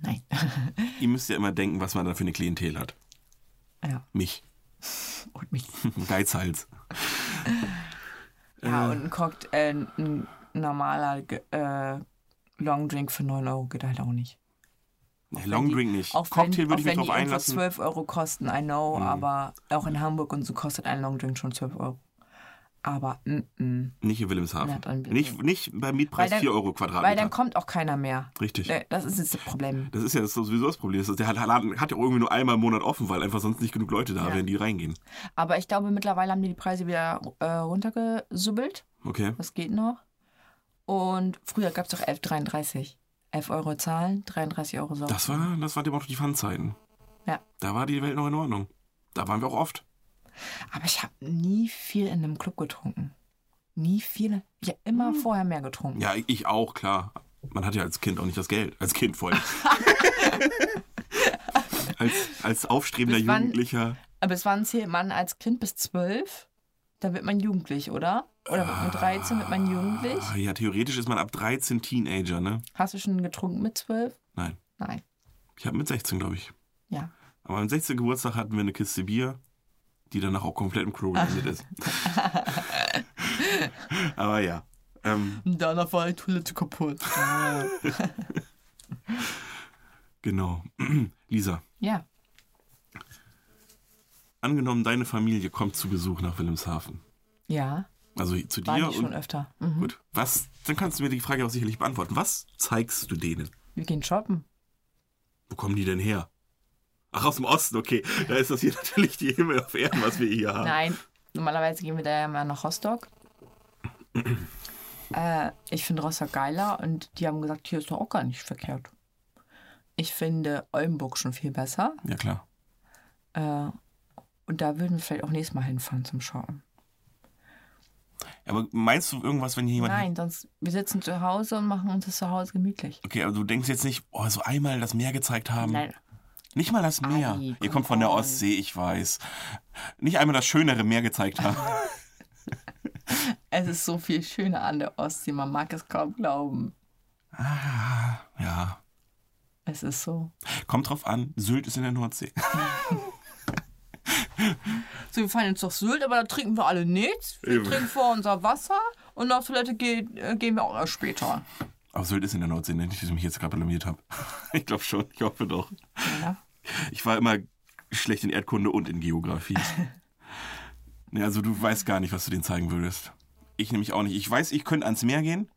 [SPEAKER 2] nein.
[SPEAKER 1] Ihr müsst ja immer denken, was man da für eine Klientel hat.
[SPEAKER 2] ja,
[SPEAKER 1] Mich.
[SPEAKER 2] und mich.
[SPEAKER 1] Geizhals.
[SPEAKER 2] Ja,
[SPEAKER 1] Äh.
[SPEAKER 2] und ein Cocktail, ein normaler Ge- äh, Longdrink für 9 Euro geht halt auch nicht.
[SPEAKER 1] Nee,
[SPEAKER 2] Wenn die-
[SPEAKER 1] Longdrink nicht.
[SPEAKER 2] Auch
[SPEAKER 1] Cocktail
[SPEAKER 2] wenn,
[SPEAKER 1] würde ich mich
[SPEAKER 2] auch wenn
[SPEAKER 1] drauf
[SPEAKER 2] die irgendwo
[SPEAKER 1] einlassen. Mhm.
[SPEAKER 2] 12 Euro kosten, I know, aber auch in Hamburg und so kostet ein Longdrink schon 12 Euro. Aber, mm, mm.
[SPEAKER 1] Nicht in
[SPEAKER 2] Ja,
[SPEAKER 1] Wilhelmshaven.
[SPEAKER 2] dann bitte.
[SPEAKER 1] nicht, nicht beim Mietpreis
[SPEAKER 2] Weil dann-
[SPEAKER 1] 4 Euro
[SPEAKER 2] weil dann
[SPEAKER 1] Quadratmeter.
[SPEAKER 2] kommt auch keiner mehr.
[SPEAKER 1] Richtig.
[SPEAKER 2] Äh, Das ist jetzt das Problem.
[SPEAKER 1] Das ist ja das- sowieso das Problem. Das ist, Der Laden hat ja irgendwie nur einmal im Monat offen, weil einfach sonst nicht genug Leute da
[SPEAKER 2] Ja.
[SPEAKER 1] wären, die reingehen.
[SPEAKER 2] Aber ich glaube, mittlerweile haben die die Preise wieder äh, runtergesubbelt.
[SPEAKER 1] Okay.
[SPEAKER 2] Das geht noch. Und früher gab es doch 11,33. 11 Euro zahlen, 33 Euro saugen.
[SPEAKER 1] Das war, das waren eben auch die Fun-Zeiten.
[SPEAKER 2] Ja.
[SPEAKER 1] Da war die Welt noch in Ordnung. Da waren wir auch oft.
[SPEAKER 2] Aber ich habe nie viel in einem Club getrunken. Nie viel. Ich habe immer vorher mehr getrunken.
[SPEAKER 1] Hm. Ja, ich auch, klar. Man hat ja als Kind auch nicht das Geld. Als Kind voll. als, als aufstrebender
[SPEAKER 2] Bis wann-
[SPEAKER 1] Jugendlicher.
[SPEAKER 2] Aber es war ein Ziel, man als Kind bis 12, da wird man jugendlich, oder? Oder wird man 13, wird man jugendlich?
[SPEAKER 1] Ah, Ja, theoretisch ist man ab 13 Teenager, ne?
[SPEAKER 2] Hast du schon getrunken mit 12?
[SPEAKER 1] Nein.
[SPEAKER 2] Nein.
[SPEAKER 1] Ich habe mit 16, glaube ich.
[SPEAKER 2] Ja.
[SPEAKER 1] Aber am 16. Geburtstag hatten wir eine Kiste Bier, die danach auch komplett im Klo gelandet ist. Aber ja. Ähm,
[SPEAKER 2] Danach war die Toilette kaputt.
[SPEAKER 1] genau. Lisa,
[SPEAKER 2] ja.
[SPEAKER 1] angenommen, deine Familie kommt zu Besuch nach Wilhelmshaven.
[SPEAKER 2] Ja.
[SPEAKER 1] Also zu dir
[SPEAKER 2] War ich
[SPEAKER 1] und
[SPEAKER 2] schon öfter. Mhm.
[SPEAKER 1] Gut. Was, dann kannst du mir die Frage auch sicherlich beantworten. Was zeigst du denen?
[SPEAKER 2] Wir gehen shoppen.
[SPEAKER 1] Wo kommen die denn her? Ach, aus dem Osten, okay. Da ist das hier natürlich die Himmel auf Erden, was wir hier haben.
[SPEAKER 2] Nein, normalerweise gehen wir da ja mal nach Rostock. äh, ich finde Rostock geiler und die haben gesagt, hier ist doch auch gar nicht verkehrt. Ich finde Oldenburg schon viel besser.
[SPEAKER 1] Ja, klar.
[SPEAKER 2] Äh, und da würden wir vielleicht auch nächstes Mal hinfahren zum Schauen.
[SPEAKER 1] Aber meinst du irgendwas, wenn hier jemand.
[SPEAKER 2] Nein, sonst wir sitzen zu Hause und machen uns das zu Hause gemütlich.
[SPEAKER 1] Okay, aber du denkst jetzt nicht, oh, so einmal das Meer gezeigt haben.
[SPEAKER 2] Nein.
[SPEAKER 1] Nicht mal das Meer.
[SPEAKER 2] Ei,
[SPEAKER 1] Ihr
[SPEAKER 2] come
[SPEAKER 1] kommt von der
[SPEAKER 2] on.
[SPEAKER 1] Ostsee, ich weiß. Nicht einmal das schönere Meer gezeigt haben.
[SPEAKER 2] Es ist so viel schöner an der Ostsee, man mag es kaum glauben.
[SPEAKER 1] Ah, ja.
[SPEAKER 2] Es ist so.
[SPEAKER 1] Kommt drauf an, Sylt ist in der Nordsee.
[SPEAKER 2] So, wir fahren jetzt nach Sylt, aber da trinken wir alle nichts. Wir
[SPEAKER 1] Eben.
[SPEAKER 2] trinken vor unser Wasser und auf Toilette geht, äh, gehen wir auch erst später.
[SPEAKER 1] Aber Sylt ist in der Nordsee, ne? nicht, dass ich mich jetzt gerade blamiert habe. Ich glaube schon, ich hoffe doch.
[SPEAKER 2] Ja.
[SPEAKER 1] Ich war immer schlecht in Erdkunde und in Geografie. Ja, also du weißt gar nicht, was du denen zeigen würdest. Ich nämlich auch nicht. Ich weiß, ich könnte ans Meer gehen.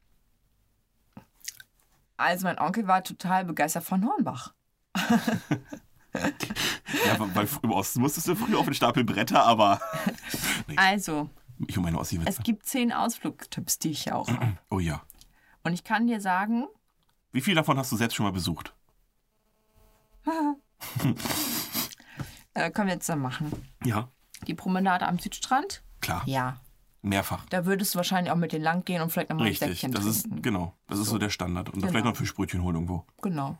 [SPEAKER 2] Also mein Onkel war total begeistert von Hornbach.
[SPEAKER 1] Ja, weil- weil im Osten musstest du früher auf den Stapel Bretter, aber
[SPEAKER 2] Also,
[SPEAKER 1] ich und meine
[SPEAKER 2] es
[SPEAKER 1] Ossi-Witze.
[SPEAKER 2] gibt zehn Ausflugstipps, die ich ja auch habe.
[SPEAKER 1] Oh ja.
[SPEAKER 2] Und ich kann dir sagen,
[SPEAKER 1] Wie viel davon hast du selbst schon mal besucht?
[SPEAKER 2] äh, können wir jetzt dann machen.
[SPEAKER 1] Ja.
[SPEAKER 2] Die Promenade am Südstrand?
[SPEAKER 1] Klar.
[SPEAKER 2] Ja.
[SPEAKER 1] Mehrfach.
[SPEAKER 2] Da würdest du wahrscheinlich auch mit den lang gehen und vielleicht nochmal ein
[SPEAKER 1] Richtig.
[SPEAKER 2] Säckchen
[SPEAKER 1] Das ist,
[SPEAKER 2] trinken.
[SPEAKER 1] genau. Das ist so der Standard. Und dann
[SPEAKER 2] Genau.
[SPEAKER 1] vielleicht noch ein Fischbrötchen holen irgendwo.
[SPEAKER 2] genau.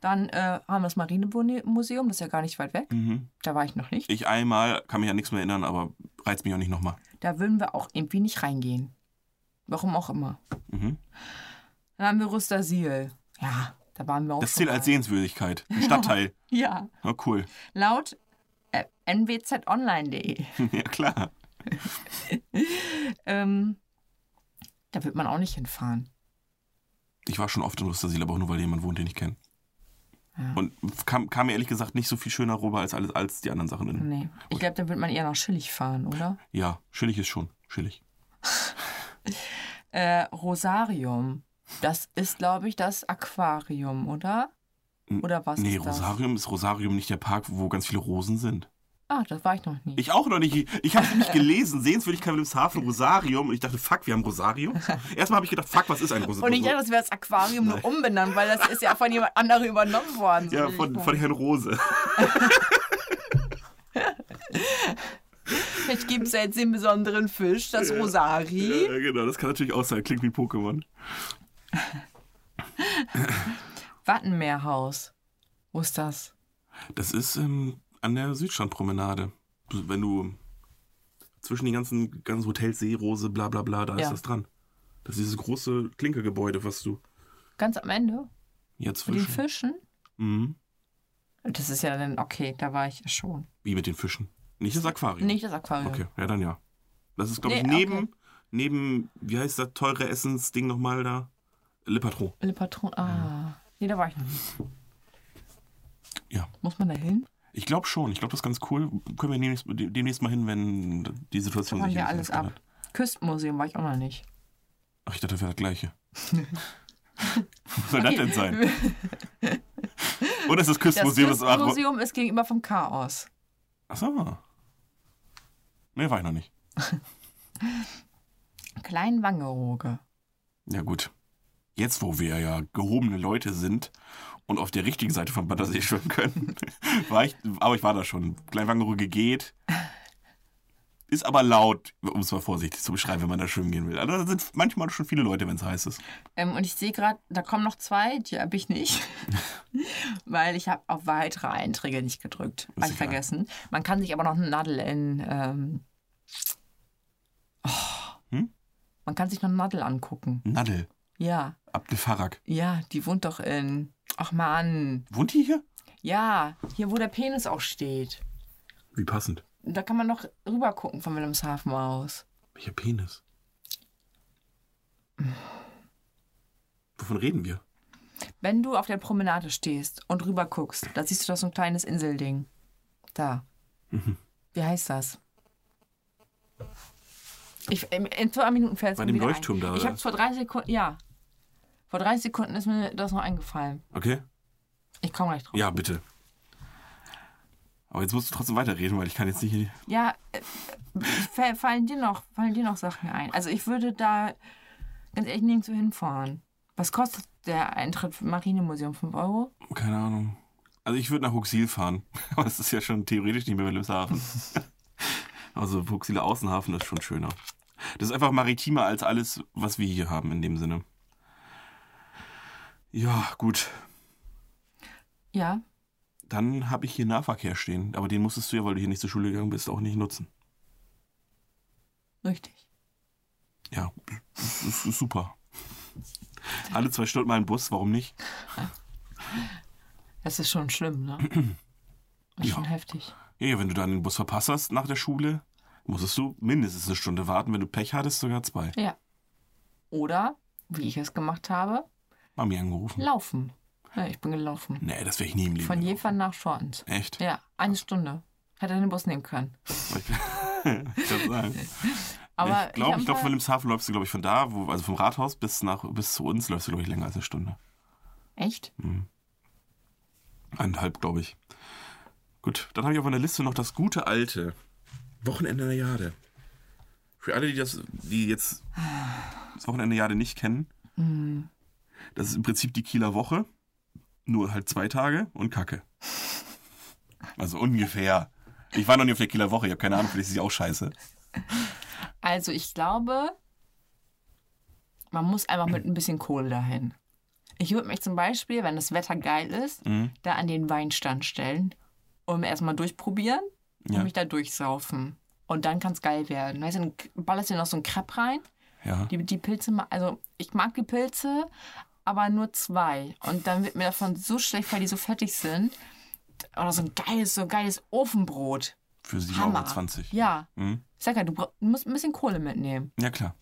[SPEAKER 2] Dann äh, haben wir das Marinemuseum, das ist ja gar nicht weit weg.
[SPEAKER 1] Mhm.
[SPEAKER 2] Da war ich noch nicht.
[SPEAKER 1] Ich einmal, kann mich an nichts mehr erinnern, aber reizt mich auch nicht nochmal.
[SPEAKER 2] Da würden wir auch irgendwie nicht reingehen. Warum auch immer.
[SPEAKER 1] Mhm.
[SPEAKER 2] Dann haben wir Rustasil. Ja, da waren wir auch
[SPEAKER 1] Das
[SPEAKER 2] schon
[SPEAKER 1] zählt als
[SPEAKER 2] mal.
[SPEAKER 1] Sehenswürdigkeit. Ein Stadtteil.
[SPEAKER 2] Ja,
[SPEAKER 1] Oh, cool.
[SPEAKER 2] laut äh, nwzonline.de.
[SPEAKER 1] ja, klar.
[SPEAKER 2] Ähm, da wird man auch nicht hinfahren.
[SPEAKER 1] Ich war schon oft in Lustasil, aber auch nur, weil jemand wohnt, den ich kenne.
[SPEAKER 2] Ja.
[SPEAKER 1] Und kam, kam mir ehrlich gesagt nicht so viel schöner rüber als, alles, als die anderen Sachen. In.
[SPEAKER 2] Nee. Ich glaube, da wird man eher nach Schillig fahren, oder?
[SPEAKER 1] Ja, chillig ist schon. Chillig.
[SPEAKER 2] Äh, Rosarium. Das ist, glaube ich, das Aquarium, oder?
[SPEAKER 1] N-
[SPEAKER 2] Oder was
[SPEAKER 1] nee,
[SPEAKER 2] ist das?
[SPEAKER 1] Rosarium ist Rosarium nicht der Park, wo ganz viele Rosen sind.
[SPEAKER 2] Ah, das war ich noch nie.
[SPEAKER 1] Ich auch noch nicht. Ich habe nicht gelesen. Sehenswürdigkeit im Hafen Rosarium. Und ich dachte, fuck, wir haben Rosarium. Erstmal habe ich gedacht, fuck, was ist ein Rosarium?
[SPEAKER 2] Und ich dachte, das wäre das Aquarium nur umbenannt, weil das ist ja von jemand anderem übernommen worden. so
[SPEAKER 1] ja,
[SPEAKER 2] wie
[SPEAKER 1] von,
[SPEAKER 2] ich-
[SPEAKER 1] von Herrn Rose.
[SPEAKER 2] Vielleicht gibt es ja jetzt den besonderen Fisch, das Rosari.
[SPEAKER 1] Ja, genau, das kann natürlich auch sein. Klingt wie Pokémon.
[SPEAKER 2] Wattenmeerhaus. Wo ist das?
[SPEAKER 1] Das ist ähm, an der Südstrandpromenade. Du- Wenn du zwischen den ganzen, ganzen Hotels Seerose, bla bla bla, da
[SPEAKER 2] Ja.
[SPEAKER 1] ist das dran. Das ist dieses große Klinkergebäude, was du
[SPEAKER 2] Ganz am Ende?
[SPEAKER 1] ja
[SPEAKER 2] Mit den
[SPEAKER 1] zwischen.
[SPEAKER 2] Fischen?
[SPEAKER 1] Mhm.
[SPEAKER 2] Das ist ja dann, okay, da war ich ja schon.
[SPEAKER 1] Wie mit den Fischen. Nicht das Aquarium.
[SPEAKER 2] Nicht das Aquarium.
[SPEAKER 1] Okay, ja, dann ja. Das ist, glaube ich,
[SPEAKER 2] Nee,
[SPEAKER 1] neben,
[SPEAKER 2] okay.
[SPEAKER 1] neben, wie heißt das teure Essensding nochmal da? Le Patron.
[SPEAKER 2] Le Patron, ah. Nee, da war ich noch nicht.
[SPEAKER 1] Mhm. Ja.
[SPEAKER 2] Muss man da hin?
[SPEAKER 1] Ich glaube schon. Ich glaube, das ist ganz cool. Können wir demnächst, demnächst mal hin, wenn die
[SPEAKER 2] Da
[SPEAKER 1] Situation
[SPEAKER 2] waren
[SPEAKER 1] sich
[SPEAKER 2] wir
[SPEAKER 1] ein bisschen
[SPEAKER 2] alles ab.
[SPEAKER 1] ändert.
[SPEAKER 2] Küstenmuseum war ich auch noch nicht.
[SPEAKER 1] Ach, ich dachte, das wäre das Gleiche. Was soll das denn sein? Oder ist das
[SPEAKER 2] Das
[SPEAKER 1] Küstenmuseum? Das Küstenmuseum.
[SPEAKER 2] Küstenmuseum ist gegenüber vom Chaos.
[SPEAKER 1] Achso. Nee, war ich noch nicht.
[SPEAKER 2] Kleinwangerooge.
[SPEAKER 1] Ja, gut. Jetzt, wo wir ja gehobene Leute sind und auf der richtigen Seite vom Battersee schwimmen können, war ich, aber ich war da schon. Kleinwangerüge geht. Ist aber laut, um es mal vorsichtig zu beschreiben, wenn man da schwimmen gehen will. Also da sind manchmal schon viele Leute, wenn es heiß ist.
[SPEAKER 2] Ähm, und ich sehe gerade, da kommen noch zwei, die habe ich nicht. Weil ich habe auf weitere Einträge nicht gedrückt. Habe
[SPEAKER 1] egal.
[SPEAKER 2] ich vergessen. Man kann sich aber noch eine Nadel in. Ähm, oh,
[SPEAKER 1] Hm?
[SPEAKER 2] Man kann sich noch eine Nadel angucken.
[SPEAKER 1] Nadel,
[SPEAKER 2] Ja,
[SPEAKER 1] Abdel Farag.
[SPEAKER 2] ja, die wohnt doch in. Ach Mann.
[SPEAKER 1] Wohnt die hier?
[SPEAKER 2] Ja, hier wo der Penis auch steht.
[SPEAKER 1] Wie passend.
[SPEAKER 2] Da kann man noch rüber gucken von Wilhelmshaven aus.
[SPEAKER 1] Welcher Penis? Wovon reden wir?
[SPEAKER 2] Wenn du auf der Promenade stehst und rüber guckst, da siehst du doch so ein kleines Inselding. Da.
[SPEAKER 1] Mhm.
[SPEAKER 2] Wie heißt das? Ich, in, in zwei Minuten fällt es
[SPEAKER 1] Bei
[SPEAKER 2] mir
[SPEAKER 1] dem
[SPEAKER 2] wieder
[SPEAKER 1] Leuchtturm
[SPEAKER 2] ein.
[SPEAKER 1] da,
[SPEAKER 2] Ich
[SPEAKER 1] oder?
[SPEAKER 2] hab's vor drei Sekunden, ja. Vor drei Sekunden ist mir das noch eingefallen.
[SPEAKER 1] Okay?
[SPEAKER 2] Ich komme gleich drauf.
[SPEAKER 1] Ja, bitte. Aber jetzt musst du trotzdem weiterreden, weil ich kann jetzt nicht.
[SPEAKER 2] Ja, äh, fa- fallen, dir noch, fallen dir noch Sachen ein? Also ich würde da ganz ehrlich nirgendwo hinfahren. Was kostet der Eintritt für Marinemuseum? 5 Euro?
[SPEAKER 1] Keine Ahnung. Also ich würde nach Huxil fahren. Aber das ist ja schon theoretisch nicht mehr Wilhelmshaven. also Huxiler Außenhafen ist schon schöner. Das ist einfach maritimer als alles, was wir hier haben in dem Sinne. Ja, gut.
[SPEAKER 2] Ja,
[SPEAKER 1] Dann habe ich hier Nahverkehr stehen, aber den musstest du ja, weil du hier nicht zur Schule gegangen bist, auch nicht nutzen.
[SPEAKER 2] richtig.
[SPEAKER 1] Ja, das ist, ist super. Alle zwei Stunden mal ein Bus, warum nicht?
[SPEAKER 2] Das ist schon schlimm, ne? Das ist
[SPEAKER 1] Ja.
[SPEAKER 2] schon heftig.
[SPEAKER 1] Ja, ja, wenn du dann den Bus verpasst hast nach der Schule, musstest du mindestens eine Stunde warten, wenn du Pech hattest, sogar zwei.
[SPEAKER 2] Ja. Oder, wie ich es gemacht habe,
[SPEAKER 1] Mami angerufen.
[SPEAKER 2] laufen. Ja, ich bin gelaufen.
[SPEAKER 1] Hm. Nee, das wäre ich nie im Leben.
[SPEAKER 2] Von
[SPEAKER 1] gelaufen.
[SPEAKER 2] Jever nach Schortens.
[SPEAKER 1] Echt?
[SPEAKER 2] Ja, eine Stunde. Hätte den Bus nehmen können.
[SPEAKER 1] Ich kann sagen.
[SPEAKER 2] Aber
[SPEAKER 1] ich glaube,
[SPEAKER 2] hab
[SPEAKER 1] ich glaube,
[SPEAKER 2] mal-
[SPEAKER 1] von Wilhelmshaven läufst du, glaube ich, von da, wo, also vom Rathaus bis, nach, bis zu uns läufst du, glaube ich, länger als eine Stunde.
[SPEAKER 2] Echt?
[SPEAKER 1] Eineinhalb, glaube ich. Gut, dann habe ich auf meiner Liste noch das gute alte Wochenende der Jade. Für alle, die das, die jetzt das Wochenende der Jade nicht kennen,
[SPEAKER 2] Hm.
[SPEAKER 1] das ist im Prinzip die Kieler Woche, nur halt zwei Tage und Kacke. Also ungefähr. Ich war noch nie auf der Kieler Woche, ich habe keine Ahnung, vielleicht ist sie auch scheiße.
[SPEAKER 2] Also ich glaube, man muss einfach
[SPEAKER 1] Hm.
[SPEAKER 2] mit ein bisschen Kohle dahin. Ich würde mich zum Beispiel, wenn das Wetter geil ist,
[SPEAKER 1] Mhm.
[SPEAKER 2] da an den Weinstand stellen und erstmal durchprobieren und
[SPEAKER 1] Ja.
[SPEAKER 2] mich da durchsaufen. Und dann kann es geil werden. Weißt du, dann ballerst du dir noch so einen Crepe rein.
[SPEAKER 1] Ja.
[SPEAKER 2] Die, die Pilze, ma- also ich mag die Pilze, aber nur zwei. Und dann wird mir davon so schlecht, weil die so fettig sind. Oder so ein geiles, so geiles Ofenbrot.
[SPEAKER 1] Für
[SPEAKER 2] Hammer.
[SPEAKER 1] 7,20 Euro.
[SPEAKER 2] Ja.
[SPEAKER 1] Mhm.
[SPEAKER 2] Ich sag ja, du, brauch- du musst ein bisschen Kohle mitnehmen.
[SPEAKER 1] Ja, klar.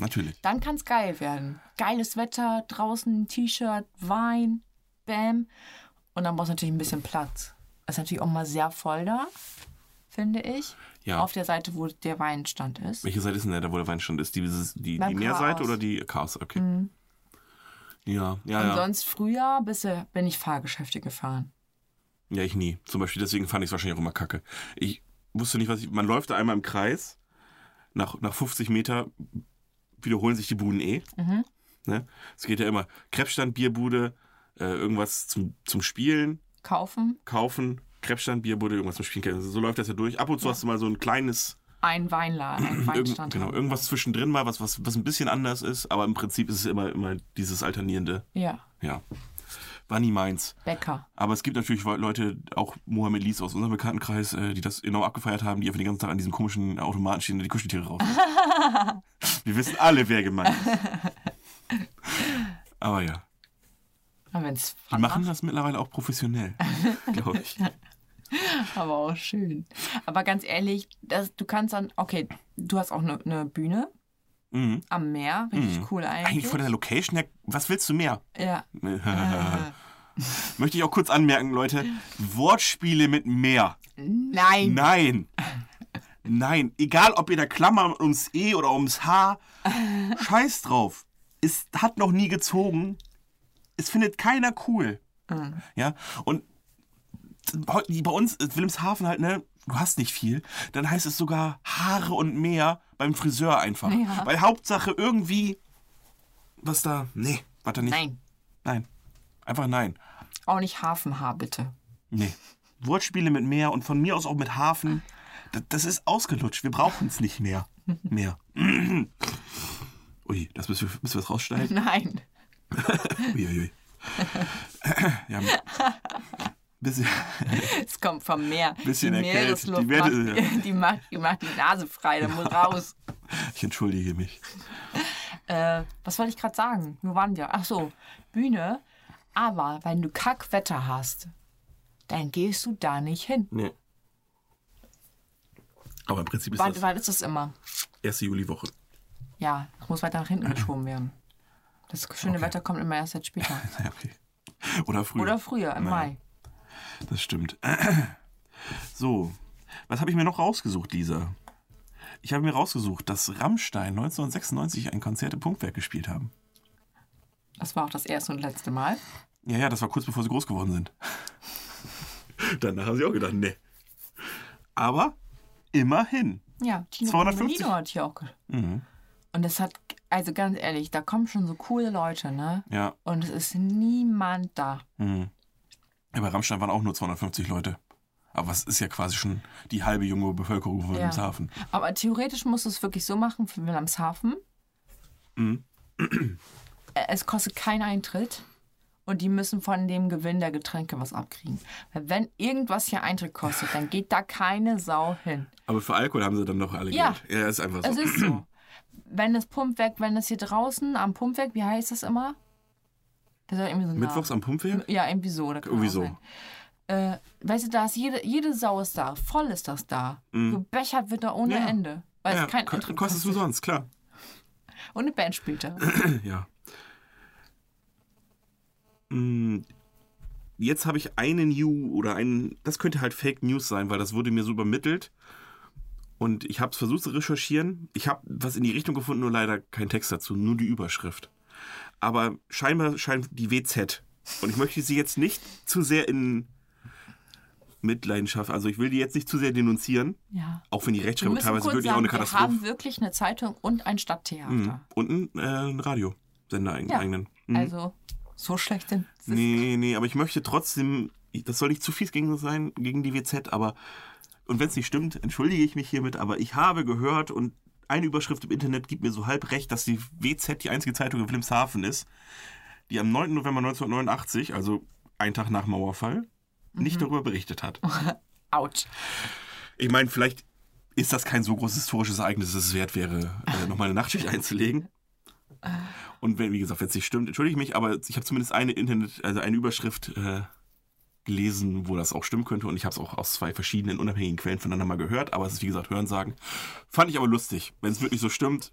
[SPEAKER 1] Natürlich.
[SPEAKER 2] dann kann es geil werden. Geiles Wetter, draußen T-Shirt, Wein, Bam. Und dann brauchst du natürlich ein bisschen Platz. Ist natürlich auch mal sehr voll da, finde ich.
[SPEAKER 1] Ja.
[SPEAKER 2] Auf der Seite, wo der Weinstand ist.
[SPEAKER 1] Welche Seite ist denn der, da, wo der Weinstand ist? Die, dieses- die, die
[SPEAKER 2] Beim
[SPEAKER 1] Meerseite
[SPEAKER 2] Chaos. Mhm.
[SPEAKER 1] oder die Chaos? Okay. Ja, ja,
[SPEAKER 2] Und
[SPEAKER 1] ja.
[SPEAKER 2] sonst früher bist du, bin ich Fahrgeschäfte gefahren.
[SPEAKER 1] Ja, ich nie. Zum Beispiel, deswegen fand ich es wahrscheinlich auch immer kacke. Ich wusste nicht, was ich. Man läuft da einmal im Kreis, nach, nach 50 Meter wiederholen sich die Buden eh. Ne? Es geht ja immer. Krebsstand, Bierbude, äh, irgendwas zum, zum Spielen,
[SPEAKER 2] Kaufen,
[SPEAKER 1] kaufen, Krebsstand, Bierbude, irgendwas zum Spielen. Also So läuft das ja durch. Ab und zu hast du mal so ein kleines
[SPEAKER 2] ein Weinladen, ein
[SPEAKER 1] Irgend,
[SPEAKER 2] Weinstand. halt.
[SPEAKER 1] genau, irgendwas zwischendrin mal, was, was, was ein bisschen anders ist, aber im Prinzip ist es immer, immer dieses alternierende.
[SPEAKER 2] Ja,
[SPEAKER 1] Ja. War nie meins.
[SPEAKER 2] Bäcker.
[SPEAKER 1] Aber es gibt natürlich Leute, auch Mohammed Lies aus unserem Bekanntenkreis, äh, die das enorm abgefeiert haben, die einfach den ganzen Tag an diesem komischen Automaten stehen und die Kuscheltiere raus. Wir wissen alle, wer gemeint ist. Aber ja.
[SPEAKER 2] Aber wenn's
[SPEAKER 1] Die machen das mittlerweile auch professionell, glaube ich.
[SPEAKER 2] Aber auch schön. Aber ganz ehrlich, das, du kannst dann, okay, du hast auch eine ne Bühne
[SPEAKER 1] Mhm.
[SPEAKER 2] am Meer, richtig cool
[SPEAKER 1] Eigentlich
[SPEAKER 2] eigentlich.
[SPEAKER 1] von der Location her, was willst du mehr?
[SPEAKER 2] ja,
[SPEAKER 1] Möchte ich auch kurz anmerken, Leute. Wortspiele mit mehr.
[SPEAKER 2] Nein.
[SPEAKER 1] Nein. Nein. Egal, ob ihr da Klammern ums E oder ums H. Scheiß drauf. Es hat noch nie gezogen. Es findet keiner cool.
[SPEAKER 2] Mhm.
[SPEAKER 1] Ja. Und heu- bei uns, in Wilhelmshaven halt, ne? Du hast nicht viel. Dann heißt es sogar Haare und mehr beim Friseur einfach.
[SPEAKER 2] Ja.
[SPEAKER 1] Weil Hauptsache irgendwie. Was da. Nee, warte nicht.
[SPEAKER 2] Nein.
[SPEAKER 1] Nein. Einfach nein.
[SPEAKER 2] Auch nicht Hafenhaar, bitte.
[SPEAKER 1] Nee. Wortspiele mit Meer und von mir aus auch mit Hafen. Das, das ist ausgelutscht. Wir brauchen es nicht mehr. Mehr. Ui, das müssen wir, müssen wir jetzt rausschneiden.
[SPEAKER 2] Nein.
[SPEAKER 1] Uiuiui. Ja, bisschen,
[SPEAKER 2] Es kommt vom Meer.
[SPEAKER 1] Bisschen
[SPEAKER 2] die
[SPEAKER 1] erkältet.
[SPEAKER 2] Meeresluft
[SPEAKER 1] Die Werte-
[SPEAKER 2] macht, die, macht, die macht die Nase frei, da muss raus.
[SPEAKER 1] ich entschuldige mich.
[SPEAKER 2] Äh, was wollte ich gerade sagen? Wo waren wir? Ach so, Bühne. Aber wenn du Kackwetter hast, dann gehst du da nicht hin.
[SPEAKER 1] Nee. Aber im Prinzip ist
[SPEAKER 2] Wann,
[SPEAKER 1] das
[SPEAKER 2] wann ist das immer?
[SPEAKER 1] erste Juliwoche.
[SPEAKER 2] Ja, es muss weiter nach hinten geschoben werden. Das schöne Wetter kommt immer erst jetzt später.
[SPEAKER 1] Ja, okay. Oder früher.
[SPEAKER 2] Oder früher, im
[SPEAKER 1] Ja,
[SPEAKER 2] Mai.
[SPEAKER 1] Das stimmt. So, was habe ich mir noch rausgesucht, Lisa? Ich habe mir rausgesucht, dass Rammstein 1996 ein Konzert im Punktwerk gespielt haben.
[SPEAKER 2] Das war auch das erste und letzte Mal.
[SPEAKER 1] Ja, ja, das war kurz bevor sie groß geworden sind. Danach haben sie auch gedacht, nee. Aber immerhin.
[SPEAKER 2] Ja, Tino
[SPEAKER 1] 250.
[SPEAKER 2] Comodino hat hier auch. ge- Und das hat, also ganz ehrlich, da kommen schon so coole Leute, ne?
[SPEAKER 1] Ja,
[SPEAKER 2] Und es ist niemand da.
[SPEAKER 1] ja bei Rammstein waren auch nur 250 Leute. Aber es ist ja quasi schon die halbe junge Bevölkerung von Wilhelmshaven.
[SPEAKER 2] Aber theoretisch musst du es wirklich so machen für Wilhelmshaven. Äh, Es kostet keinen Eintritt und die müssen von dem Gewinn der Getränke was abkriegen. Weil wenn irgendwas hier Eintritt kostet, dann geht da keine Sau hin.
[SPEAKER 1] Aber für Alkohol haben sie dann doch alle
[SPEAKER 2] Ja. Also,
[SPEAKER 1] Geld. Ja, ist einfach so.
[SPEAKER 2] Es ist so. Wenn das Pumpwerk, wenn das hier draußen am Pumpwerk, wie heißt das immer? Das ist doch irgendwie so ein
[SPEAKER 1] Mittwochs am Pumpwerk?
[SPEAKER 2] Ja, irgendwie so. Oder
[SPEAKER 1] Irgendwie so.
[SPEAKER 2] Äh, weißt du, da ist jede, jede Sau ist da. Voll ist das da. Gebechert wird da ohne
[SPEAKER 1] Mhm. Ja.
[SPEAKER 2] Ende. Weil
[SPEAKER 1] ja,
[SPEAKER 2] es kein
[SPEAKER 1] ko-
[SPEAKER 2] Eintritt
[SPEAKER 1] kostet es
[SPEAKER 2] kostet.
[SPEAKER 1] umsonst, klar.
[SPEAKER 2] Und eine Band spielt da.
[SPEAKER 1] ja. Mm, Jetzt habe ich eine New oder ein. Das könnte halt Fake News sein, weil das wurde mir so übermittelt. Und ich habe es versucht zu recherchieren. Ich habe was in die Richtung gefunden, nur leider keinen Text dazu, nur die Überschrift. Aber scheinbar scheint die WZ. Und ich möchte sie jetzt nicht zu sehr in Mitleidenschaft, also ich will die jetzt nicht zu sehr denunzieren,
[SPEAKER 2] Ja.
[SPEAKER 1] auch wenn die
[SPEAKER 2] Wir
[SPEAKER 1] Rechtschreibung
[SPEAKER 2] müssen
[SPEAKER 1] teilweise
[SPEAKER 2] kurz
[SPEAKER 1] wirklich
[SPEAKER 2] sagen,
[SPEAKER 1] auch eine
[SPEAKER 2] wir
[SPEAKER 1] Katastrophe
[SPEAKER 2] haben wirklich eine Zeitung und ein Stadttheater.
[SPEAKER 1] Und ein, äh, ein Radiosender einen
[SPEAKER 2] Ja.
[SPEAKER 1] eigenen. Mhm.
[SPEAKER 2] Also, so schlecht sind sie.
[SPEAKER 1] nee, nee, aber ich möchte trotzdem, das soll nicht zu viel gegen sein, gegen die WZ, aber und wenn es nicht stimmt, entschuldige ich mich hiermit, aber ich habe gehört und eine Überschrift im Internet gibt mir so halb recht, dass die WZ die einzige Zeitung in Wilhelmshaven ist, die am 9. November 1989, also einen Tag nach Mauerfall, nicht darüber berichtet hat.
[SPEAKER 2] Autsch.
[SPEAKER 1] Ich meine, vielleicht ist das kein so großes historisches Ereignis, dass es wert wäre, äh, nochmal eine Nachtschicht einzulegen. Und wenn, wie gesagt, wenn es nicht stimmt, entschuldige ich mich, aber ich habe zumindest eine Internet, also eine Überschrift äh, gelesen, wo das auch stimmen könnte. Und ich habe es auch aus zwei verschiedenen unabhängigen Quellen voneinander mal gehört, aber es ist wie gesagt Hörensagen. Fand ich aber lustig. Wenn es wirklich so stimmt,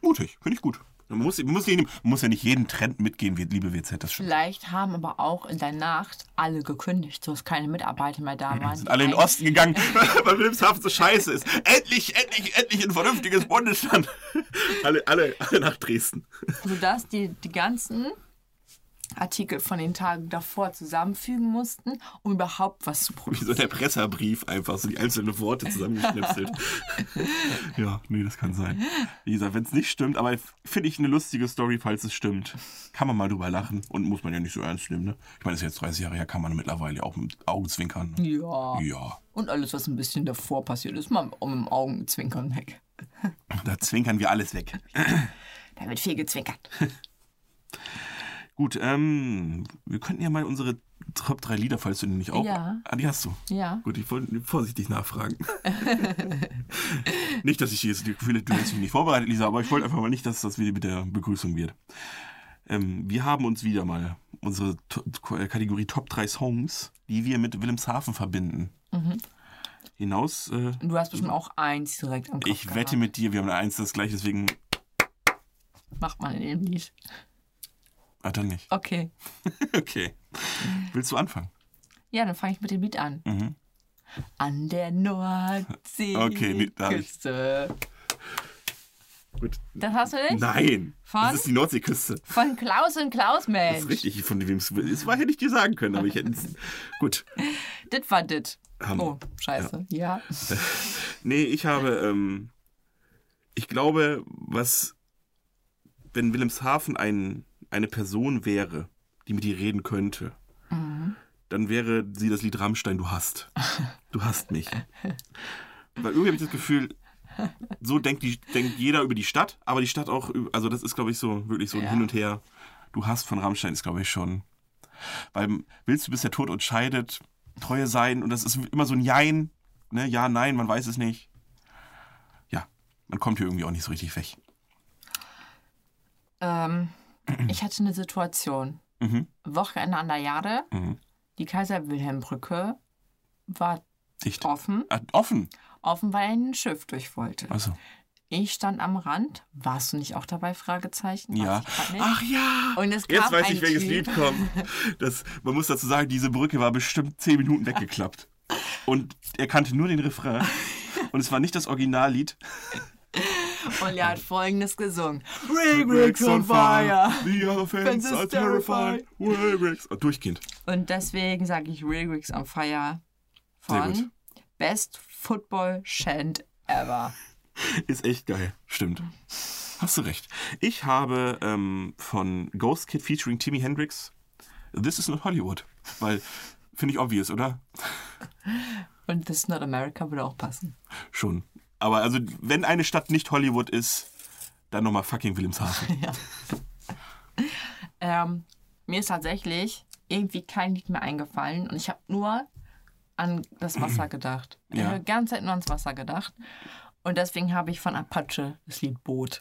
[SPEAKER 1] mutig, finde ich gut. Man muss, man, muss nicht, man muss ja nicht jeden Trend mitgehen, wie- liebe WZ, das stimmt.
[SPEAKER 2] Vielleicht haben aber auch in der Nacht alle gekündigt, so dass keine Mitarbeiter mehr da waren.
[SPEAKER 1] Mhm. sind alle in den Osten gegangen, weil Wilhelmshaven so scheiße ist. Endlich, endlich, endlich ein vernünftiges Bundesland. alle, alle, alle nach Dresden.
[SPEAKER 2] sodass die die ganzen Artikel von den Tagen davor zusammenfügen mussten, um überhaupt was zu
[SPEAKER 1] Wie so
[SPEAKER 2] produzieren.
[SPEAKER 1] der Presserbrief einfach, so die einzelnen Worte zusammengeschnipselt. ja, nee, das kann sein. Wie gesagt, wenn es nicht stimmt, aber finde ich eine lustige Story, falls es stimmt. Kann man mal drüber lachen und muss man ja nicht so ernst nehmen, ne? Ich meine, das ist jetzt 30 Jahre her, kann man mittlerweile auch mit Augenzwinkern. Ne?
[SPEAKER 2] Ja.
[SPEAKER 1] Ja,
[SPEAKER 2] Und alles, was ein bisschen davor passiert ist, mal um im Augenzwinkern weg.
[SPEAKER 1] da zwinkern wir alles weg.
[SPEAKER 2] Da wird viel gezwinkert.
[SPEAKER 1] Gut, ähm, wir könnten ja mal unsere Top 3 Lieder, falls du die nicht auch.
[SPEAKER 2] Ja.
[SPEAKER 1] Ah, die hast du.
[SPEAKER 2] Ja.
[SPEAKER 1] Gut, ich wollte vorsichtig nachfragen. nicht, dass ich jetzt die Gefühle, du hast mich nicht vorbereitet, Lisa, aber ich wollte einfach mal nicht, dass das wieder mit der Begrüßung wird. Ähm, wir haben uns wieder mal unsere To- K- Kategorie Top 3 Songs, die wir mit Wilhelmshaven verbinden.
[SPEAKER 2] Mhm.
[SPEAKER 1] Hinaus, äh,
[SPEAKER 2] Und du hast bestimmt auch eins direkt am Kopf.
[SPEAKER 1] ich wette mit dir, wir haben eins das gleiche, deswegen.
[SPEAKER 2] gehabt. Macht man in dem Lied.
[SPEAKER 1] Ah, dann nicht.
[SPEAKER 2] Okay.
[SPEAKER 1] Okay. Willst du anfangen?
[SPEAKER 2] Ja, dann fange ich mit dem Lied an.
[SPEAKER 1] Mhm.
[SPEAKER 2] An der Nordsee.
[SPEAKER 1] Okay, nee, da hab ich-
[SPEAKER 2] Küste.
[SPEAKER 1] Gut.
[SPEAKER 2] Das hast du nicht?
[SPEAKER 1] Nein!
[SPEAKER 2] Von?
[SPEAKER 1] Das ist die Nordseeküste.
[SPEAKER 2] Von Klaus und Klaus,
[SPEAKER 1] Das ist
[SPEAKER 2] Mensch.
[SPEAKER 1] richtig, von wem es ist, war, hätte ich dir sagen können, aber ich hätte es. Gut.
[SPEAKER 2] Das war das.
[SPEAKER 1] Hammer.
[SPEAKER 2] Oh, scheiße. Ja.
[SPEAKER 1] Nee, ich habe, ähm, ich glaube, was, wenn Wilhelmshaven ein, eine Person wäre, die mit dir reden könnte, dann wäre sie das Lied Rammstein, du hast. Du hast mich. Weil irgendwie habe ich das Gefühl, so denkt, die, denkt jeder über die Stadt, aber die Stadt auch, über- also das ist, glaube ich, so wirklich so ein
[SPEAKER 2] Ja.
[SPEAKER 1] Hin und Her. Du hast von Rammstein ist, glaube ich, schon. Weil willst du, bis der Tod uns scheidet, Treue sein und das ist immer so ein Jein, ne? Ja, nein, man weiß es nicht. Ja, man kommt hier irgendwie auch nicht so richtig weg.
[SPEAKER 2] Ähm, ich hatte eine Situation.
[SPEAKER 1] Mhm.
[SPEAKER 2] Wochenende an der Jade.
[SPEAKER 1] Mhm.
[SPEAKER 2] Die Kaiser-Wilhelm-Brücke war
[SPEAKER 1] Dicht.
[SPEAKER 2] offen.
[SPEAKER 1] Ah, offen.
[SPEAKER 2] Offen, weil ein Schiff durch wollte.
[SPEAKER 1] Also,
[SPEAKER 2] Ich stand am Rand. Warst du nicht auch dabei? Fragezeichen.
[SPEAKER 1] ja.
[SPEAKER 2] Weiß ich grad nicht.
[SPEAKER 1] Ach ja.
[SPEAKER 2] Und es
[SPEAKER 1] Jetzt
[SPEAKER 2] kam
[SPEAKER 1] weiß
[SPEAKER 2] ein
[SPEAKER 1] ich, welches
[SPEAKER 2] typ,
[SPEAKER 1] Lied kommt. Das, man muss dazu sagen, diese Brücke war bestimmt zehn Minuten weggeklappt. Und er kannte nur den Refrain. Und es war nicht das Originallied.
[SPEAKER 2] Und er hat folgendes gesungen: Rig, rigs on fire.
[SPEAKER 1] The other fans
[SPEAKER 2] Fans
[SPEAKER 1] are
[SPEAKER 2] is terrified.
[SPEAKER 1] terrified. Wiggs. Und Oh, durchgehend.
[SPEAKER 2] Und deswegen sage ich Rig, rigs on fire
[SPEAKER 1] Sehr gut.
[SPEAKER 2] von Best Football Chant ever.
[SPEAKER 1] Ist echt geil. Stimmt. Hast du recht. Ich habe ähm, von Ghost Kid featuring Timmy Hendrix This is not Hollywood. Weil, finde ich obvious, oder?
[SPEAKER 2] Und This is Not America würde auch passen.
[SPEAKER 1] Schon. Aber also, wenn eine Stadt nicht Hollywood ist, dann nochmal fucking Wilhelmshaven.
[SPEAKER 2] Ähm, mir ist tatsächlich irgendwie kein Lied mehr eingefallen und ich habe nur an das Wasser gedacht. Ich
[SPEAKER 1] Ja.
[SPEAKER 2] habe die ganze Zeit nur ans Wasser gedacht. Und deswegen habe ich von Apache das Lied Boot.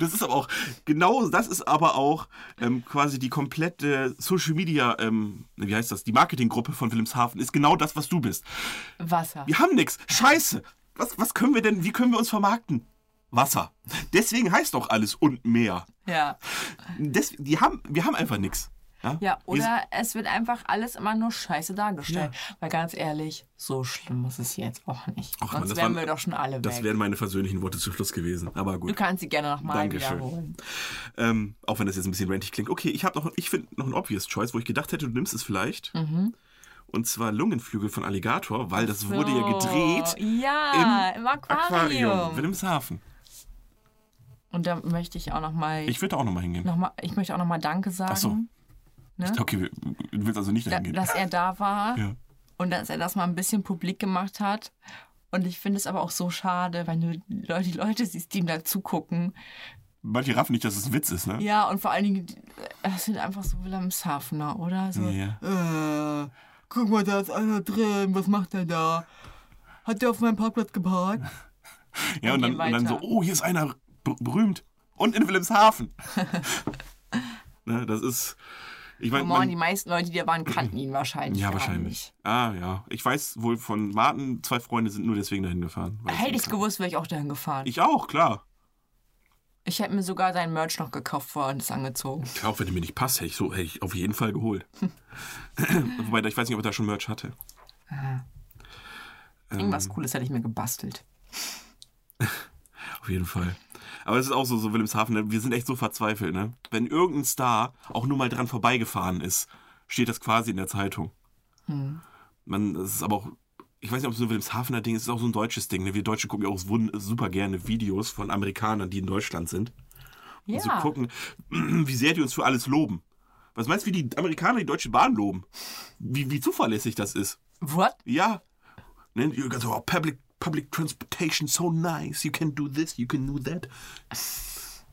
[SPEAKER 1] Das ist aber auch, genau das ist aber auch ähm, quasi die komplette Social Media, ähm, wie heißt das, die Marketinggruppe von Wilhelmshaven ist genau das, was du bist.
[SPEAKER 2] Wasser.
[SPEAKER 1] Wir haben nichts. Scheiße. Was, was können wir denn, wie können wir uns vermarkten? Wasser. Deswegen heißt auch alles und mehr.
[SPEAKER 2] Ja.
[SPEAKER 1] Des, die haben, wir haben einfach nichts.
[SPEAKER 2] Ja,
[SPEAKER 1] Wir sind-
[SPEAKER 2] oder es wird einfach alles immer nur scheiße dargestellt. Weil ganz ehrlich, so schlimm ist es jetzt auch nicht.
[SPEAKER 1] Ach Mann,
[SPEAKER 2] Sonst
[SPEAKER 1] das
[SPEAKER 2] wären
[SPEAKER 1] waren-
[SPEAKER 2] wir doch schon alle
[SPEAKER 1] Das
[SPEAKER 2] weg.
[SPEAKER 1] wären meine versöhnlichen Worte zum Schluss gewesen. Aber
[SPEAKER 2] Du
[SPEAKER 1] gut.
[SPEAKER 2] kannst sie gerne nochmal
[SPEAKER 1] Dankeschön.
[SPEAKER 2] wiederholen.
[SPEAKER 1] Ähm, auch wenn das jetzt ein bisschen rantig klingt. Okay, ich habe noch, ich finde noch ein obvious Choice, wo ich gedacht hätte, du nimmst es vielleicht.
[SPEAKER 2] Mhm.
[SPEAKER 1] Und zwar Lungenflügel von Alligator, weil das wurde ja
[SPEAKER 2] So.
[SPEAKER 1] gedreht
[SPEAKER 2] Ja, im,
[SPEAKER 1] Aquarium.
[SPEAKER 2] Aquarium.
[SPEAKER 1] Wilhelmshaven.
[SPEAKER 2] Und da möchte ich auch nochmal. Ich,
[SPEAKER 1] Ich würde auch nochmal hingehen.
[SPEAKER 2] noch mal, ich möchte auch nochmal Danke sagen.
[SPEAKER 1] Ach so.
[SPEAKER 2] Ne?
[SPEAKER 1] Okay, wir- du willst also nicht
[SPEAKER 2] da,
[SPEAKER 1] dahin gehen.
[SPEAKER 2] dass er da war
[SPEAKER 1] Ja.
[SPEAKER 2] und dass er das mal ein bisschen publik gemacht hat. Und ich finde es aber auch so schade, wenn du die Leute- die Leute siehst, die ihm da zugucken.
[SPEAKER 1] Manche raffen nicht, dass es ein Witz ist, ne?
[SPEAKER 2] Ja, und vor allen Dingen, die- das sind einfach so Wilhelmshavener, oder? So, äh, guck mal, da ist einer drin, was macht der da? Hat der auf meinem Parkplatz geparkt?
[SPEAKER 1] Ja, und
[SPEAKER 2] Wir
[SPEAKER 1] dann,
[SPEAKER 2] gehen
[SPEAKER 1] und dann so,
[SPEAKER 2] weiter.
[SPEAKER 1] oh, hier ist einer ber- berühmt. Und in Wilhelmshaven. ne, das ist. Ich meine,
[SPEAKER 2] Come on, die
[SPEAKER 1] man-
[SPEAKER 2] meisten Leute, die da waren, kannten ihn wahrscheinlich.
[SPEAKER 1] ja,
[SPEAKER 2] gar
[SPEAKER 1] wahrscheinlich.
[SPEAKER 2] nicht.
[SPEAKER 1] Ah, ja. Ich weiß wohl von Martin, zwei Freunde sind nur deswegen dahin gefahren. weil es
[SPEAKER 2] Hätte
[SPEAKER 1] ihn
[SPEAKER 2] ich
[SPEAKER 1] kannten.
[SPEAKER 2] gewusst, wäre ich auch dahin gefahren. Ich,
[SPEAKER 1] genau. Ich auch, klar.
[SPEAKER 2] hätte mir sogar sein Merch noch gekauft vorher und es angezogen.
[SPEAKER 1] Ja, Auch wenn er mir nicht passt, hätte ich, so, hätte ich auf jeden Fall geholt. Wobei, ich weiß nicht, ob er da schon Merch hatte. Ähm.
[SPEAKER 2] Irgendwas Cooles hätte ich mir gebastelt.
[SPEAKER 1] Auf jeden Fall. Aber es ist auch so, so Wilhelmshaven, ne, wir sind echt so verzweifelt, ne? Wenn irgendein Star auch nur mal dran vorbeigefahren ist, steht das quasi in der Zeitung. Man, das ist aber auch, ich weiß nicht, ob es so ein Wilhelmshavener Ding ist, es ist auch so ein deutsches Ding. Ne? Wir Deutsche gucken ja auch wun- super gerne Videos von Amerikanern, die in Deutschland sind.
[SPEAKER 2] Ja.
[SPEAKER 1] Und so gucken, wie sehr die uns für alles loben. Was meinst du, wie die Amerikaner die Deutsche Bahn loben? Wie, wie zuverlässig das ist.
[SPEAKER 2] What?
[SPEAKER 1] Ja. Ne? You got, oh, public, public transportation so nice. You can do this, you can do that.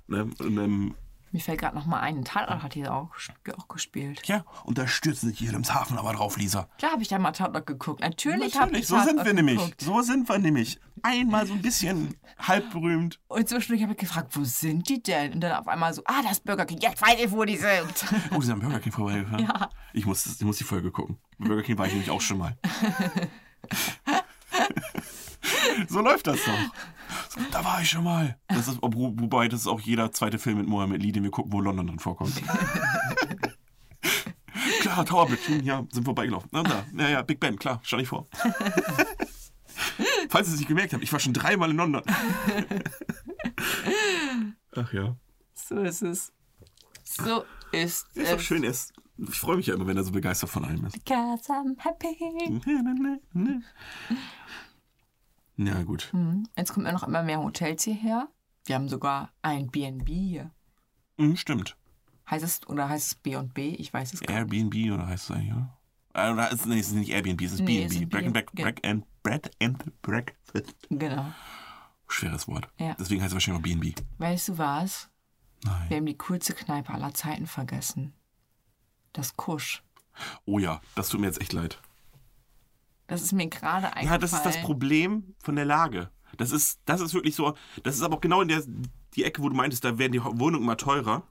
[SPEAKER 1] Ne? Und, ähm,
[SPEAKER 2] Mir fällt gerade nochmal ein, ein Tatort hat hier auch, gesp- auch gespielt.
[SPEAKER 1] ja, und da stürzt sich Wilhelmshaven aber drauf, Lisa.
[SPEAKER 2] Klar habe ich da mal Tatort geguckt. Natürlich, habe ich
[SPEAKER 1] so sind
[SPEAKER 2] Tatort
[SPEAKER 1] wir nämlich.
[SPEAKER 2] geguckt.
[SPEAKER 1] So sind wir nämlich. Einmal so ein bisschen halb berühmt.
[SPEAKER 2] Und zwischendurch habe ich gefragt, wo sind die denn? Und dann auf einmal so, ah, das Burger King, jetzt weiß ich, wo die sind.
[SPEAKER 1] Oh, sie haben Burger King vorbeigefahren.
[SPEAKER 2] Ja.
[SPEAKER 1] Ich muss, ich muss die Folge gucken. Bei Burger King war ich nämlich auch schon mal. so läuft das doch. Da war ich schon mal. Das ist, obwohl- wobei, das ist auch jeder zweite Film mit Mohammed Lee, den wir gucken, wo London drin vorkommt. klar, Tower Bridge, hm, ja, sind vorbeigelaufen. Na, da, ja, ja, Big Ben, klar, schau ich vor. Falls Sie es nicht gemerkt haben, ich war schon dreimal in London. Ach ja.
[SPEAKER 2] so ist es. So ist
[SPEAKER 1] Ist doch
[SPEAKER 2] es.
[SPEAKER 1] schön, er ist, ich freue mich ja immer, wenn er so begeistert von allem ist.
[SPEAKER 2] Cause I'm happy.
[SPEAKER 1] Na gut.
[SPEAKER 2] Mhm. Jetzt kommen ja noch immer mehr Hotels hierher. Wir haben sogar ein B&B hier.
[SPEAKER 1] Mhm, stimmt.
[SPEAKER 2] Heißt es, oder heißt es B&B? Ich weiß es gar nicht.
[SPEAKER 1] Airbnb oder heißt es eigentlich, oder? Äh, Oder ist, nee, es ist nicht Airbnb, es ist
[SPEAKER 2] Nee,
[SPEAKER 1] B&B.
[SPEAKER 2] es ist
[SPEAKER 1] Break and Break,
[SPEAKER 2] B&B.
[SPEAKER 1] Break and Bread and Breakfast.
[SPEAKER 2] Genau.
[SPEAKER 1] Schweres Wort.
[SPEAKER 2] Ja.
[SPEAKER 1] Deswegen heißt es wahrscheinlich auch B&B.
[SPEAKER 2] Weißt du was? Wir
[SPEAKER 1] Nein.
[SPEAKER 2] haben die coolste Kneipe aller Zeiten vergessen. Das Kusch.
[SPEAKER 1] Oh ja, das tut mir jetzt echt leid.
[SPEAKER 2] Das ist mir gerade eingefallen.
[SPEAKER 1] Ja, das ist das Problem von der Lage. Das ist, das ist wirklich so, das ist aber auch genau in der die Ecke, wo du meintest, da werden die Ho- Wohnungen immer teurer,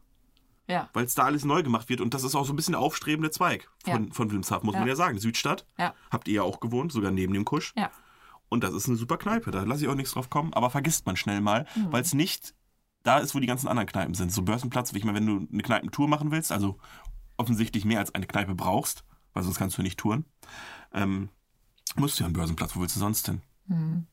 [SPEAKER 2] Ja,
[SPEAKER 1] weil es da alles neu gemacht wird. Und das ist auch so ein bisschen der aufstrebende Zweig von,
[SPEAKER 2] Ja.
[SPEAKER 1] von Wilhelmshaven, muss
[SPEAKER 2] Ja.
[SPEAKER 1] man ja sagen. Südstadt,
[SPEAKER 2] ja,
[SPEAKER 1] habt ihr ja auch gewohnt, sogar neben dem Kusch.
[SPEAKER 2] ja.
[SPEAKER 1] Und das ist eine super Kneipe, da lasse ich auch nichts drauf kommen, aber vergisst man schnell mal,
[SPEAKER 2] Mhm.
[SPEAKER 1] weil es nicht da ist, wo die ganzen anderen Kneipen sind. So Börsenplatz, ich meine, wenn du eine Kneipentour machen willst, also offensichtlich mehr als eine Kneipe brauchst, weil sonst kannst du nicht touren, ähm, musst du ja einen Börsenplatz, wo willst du sonst hin?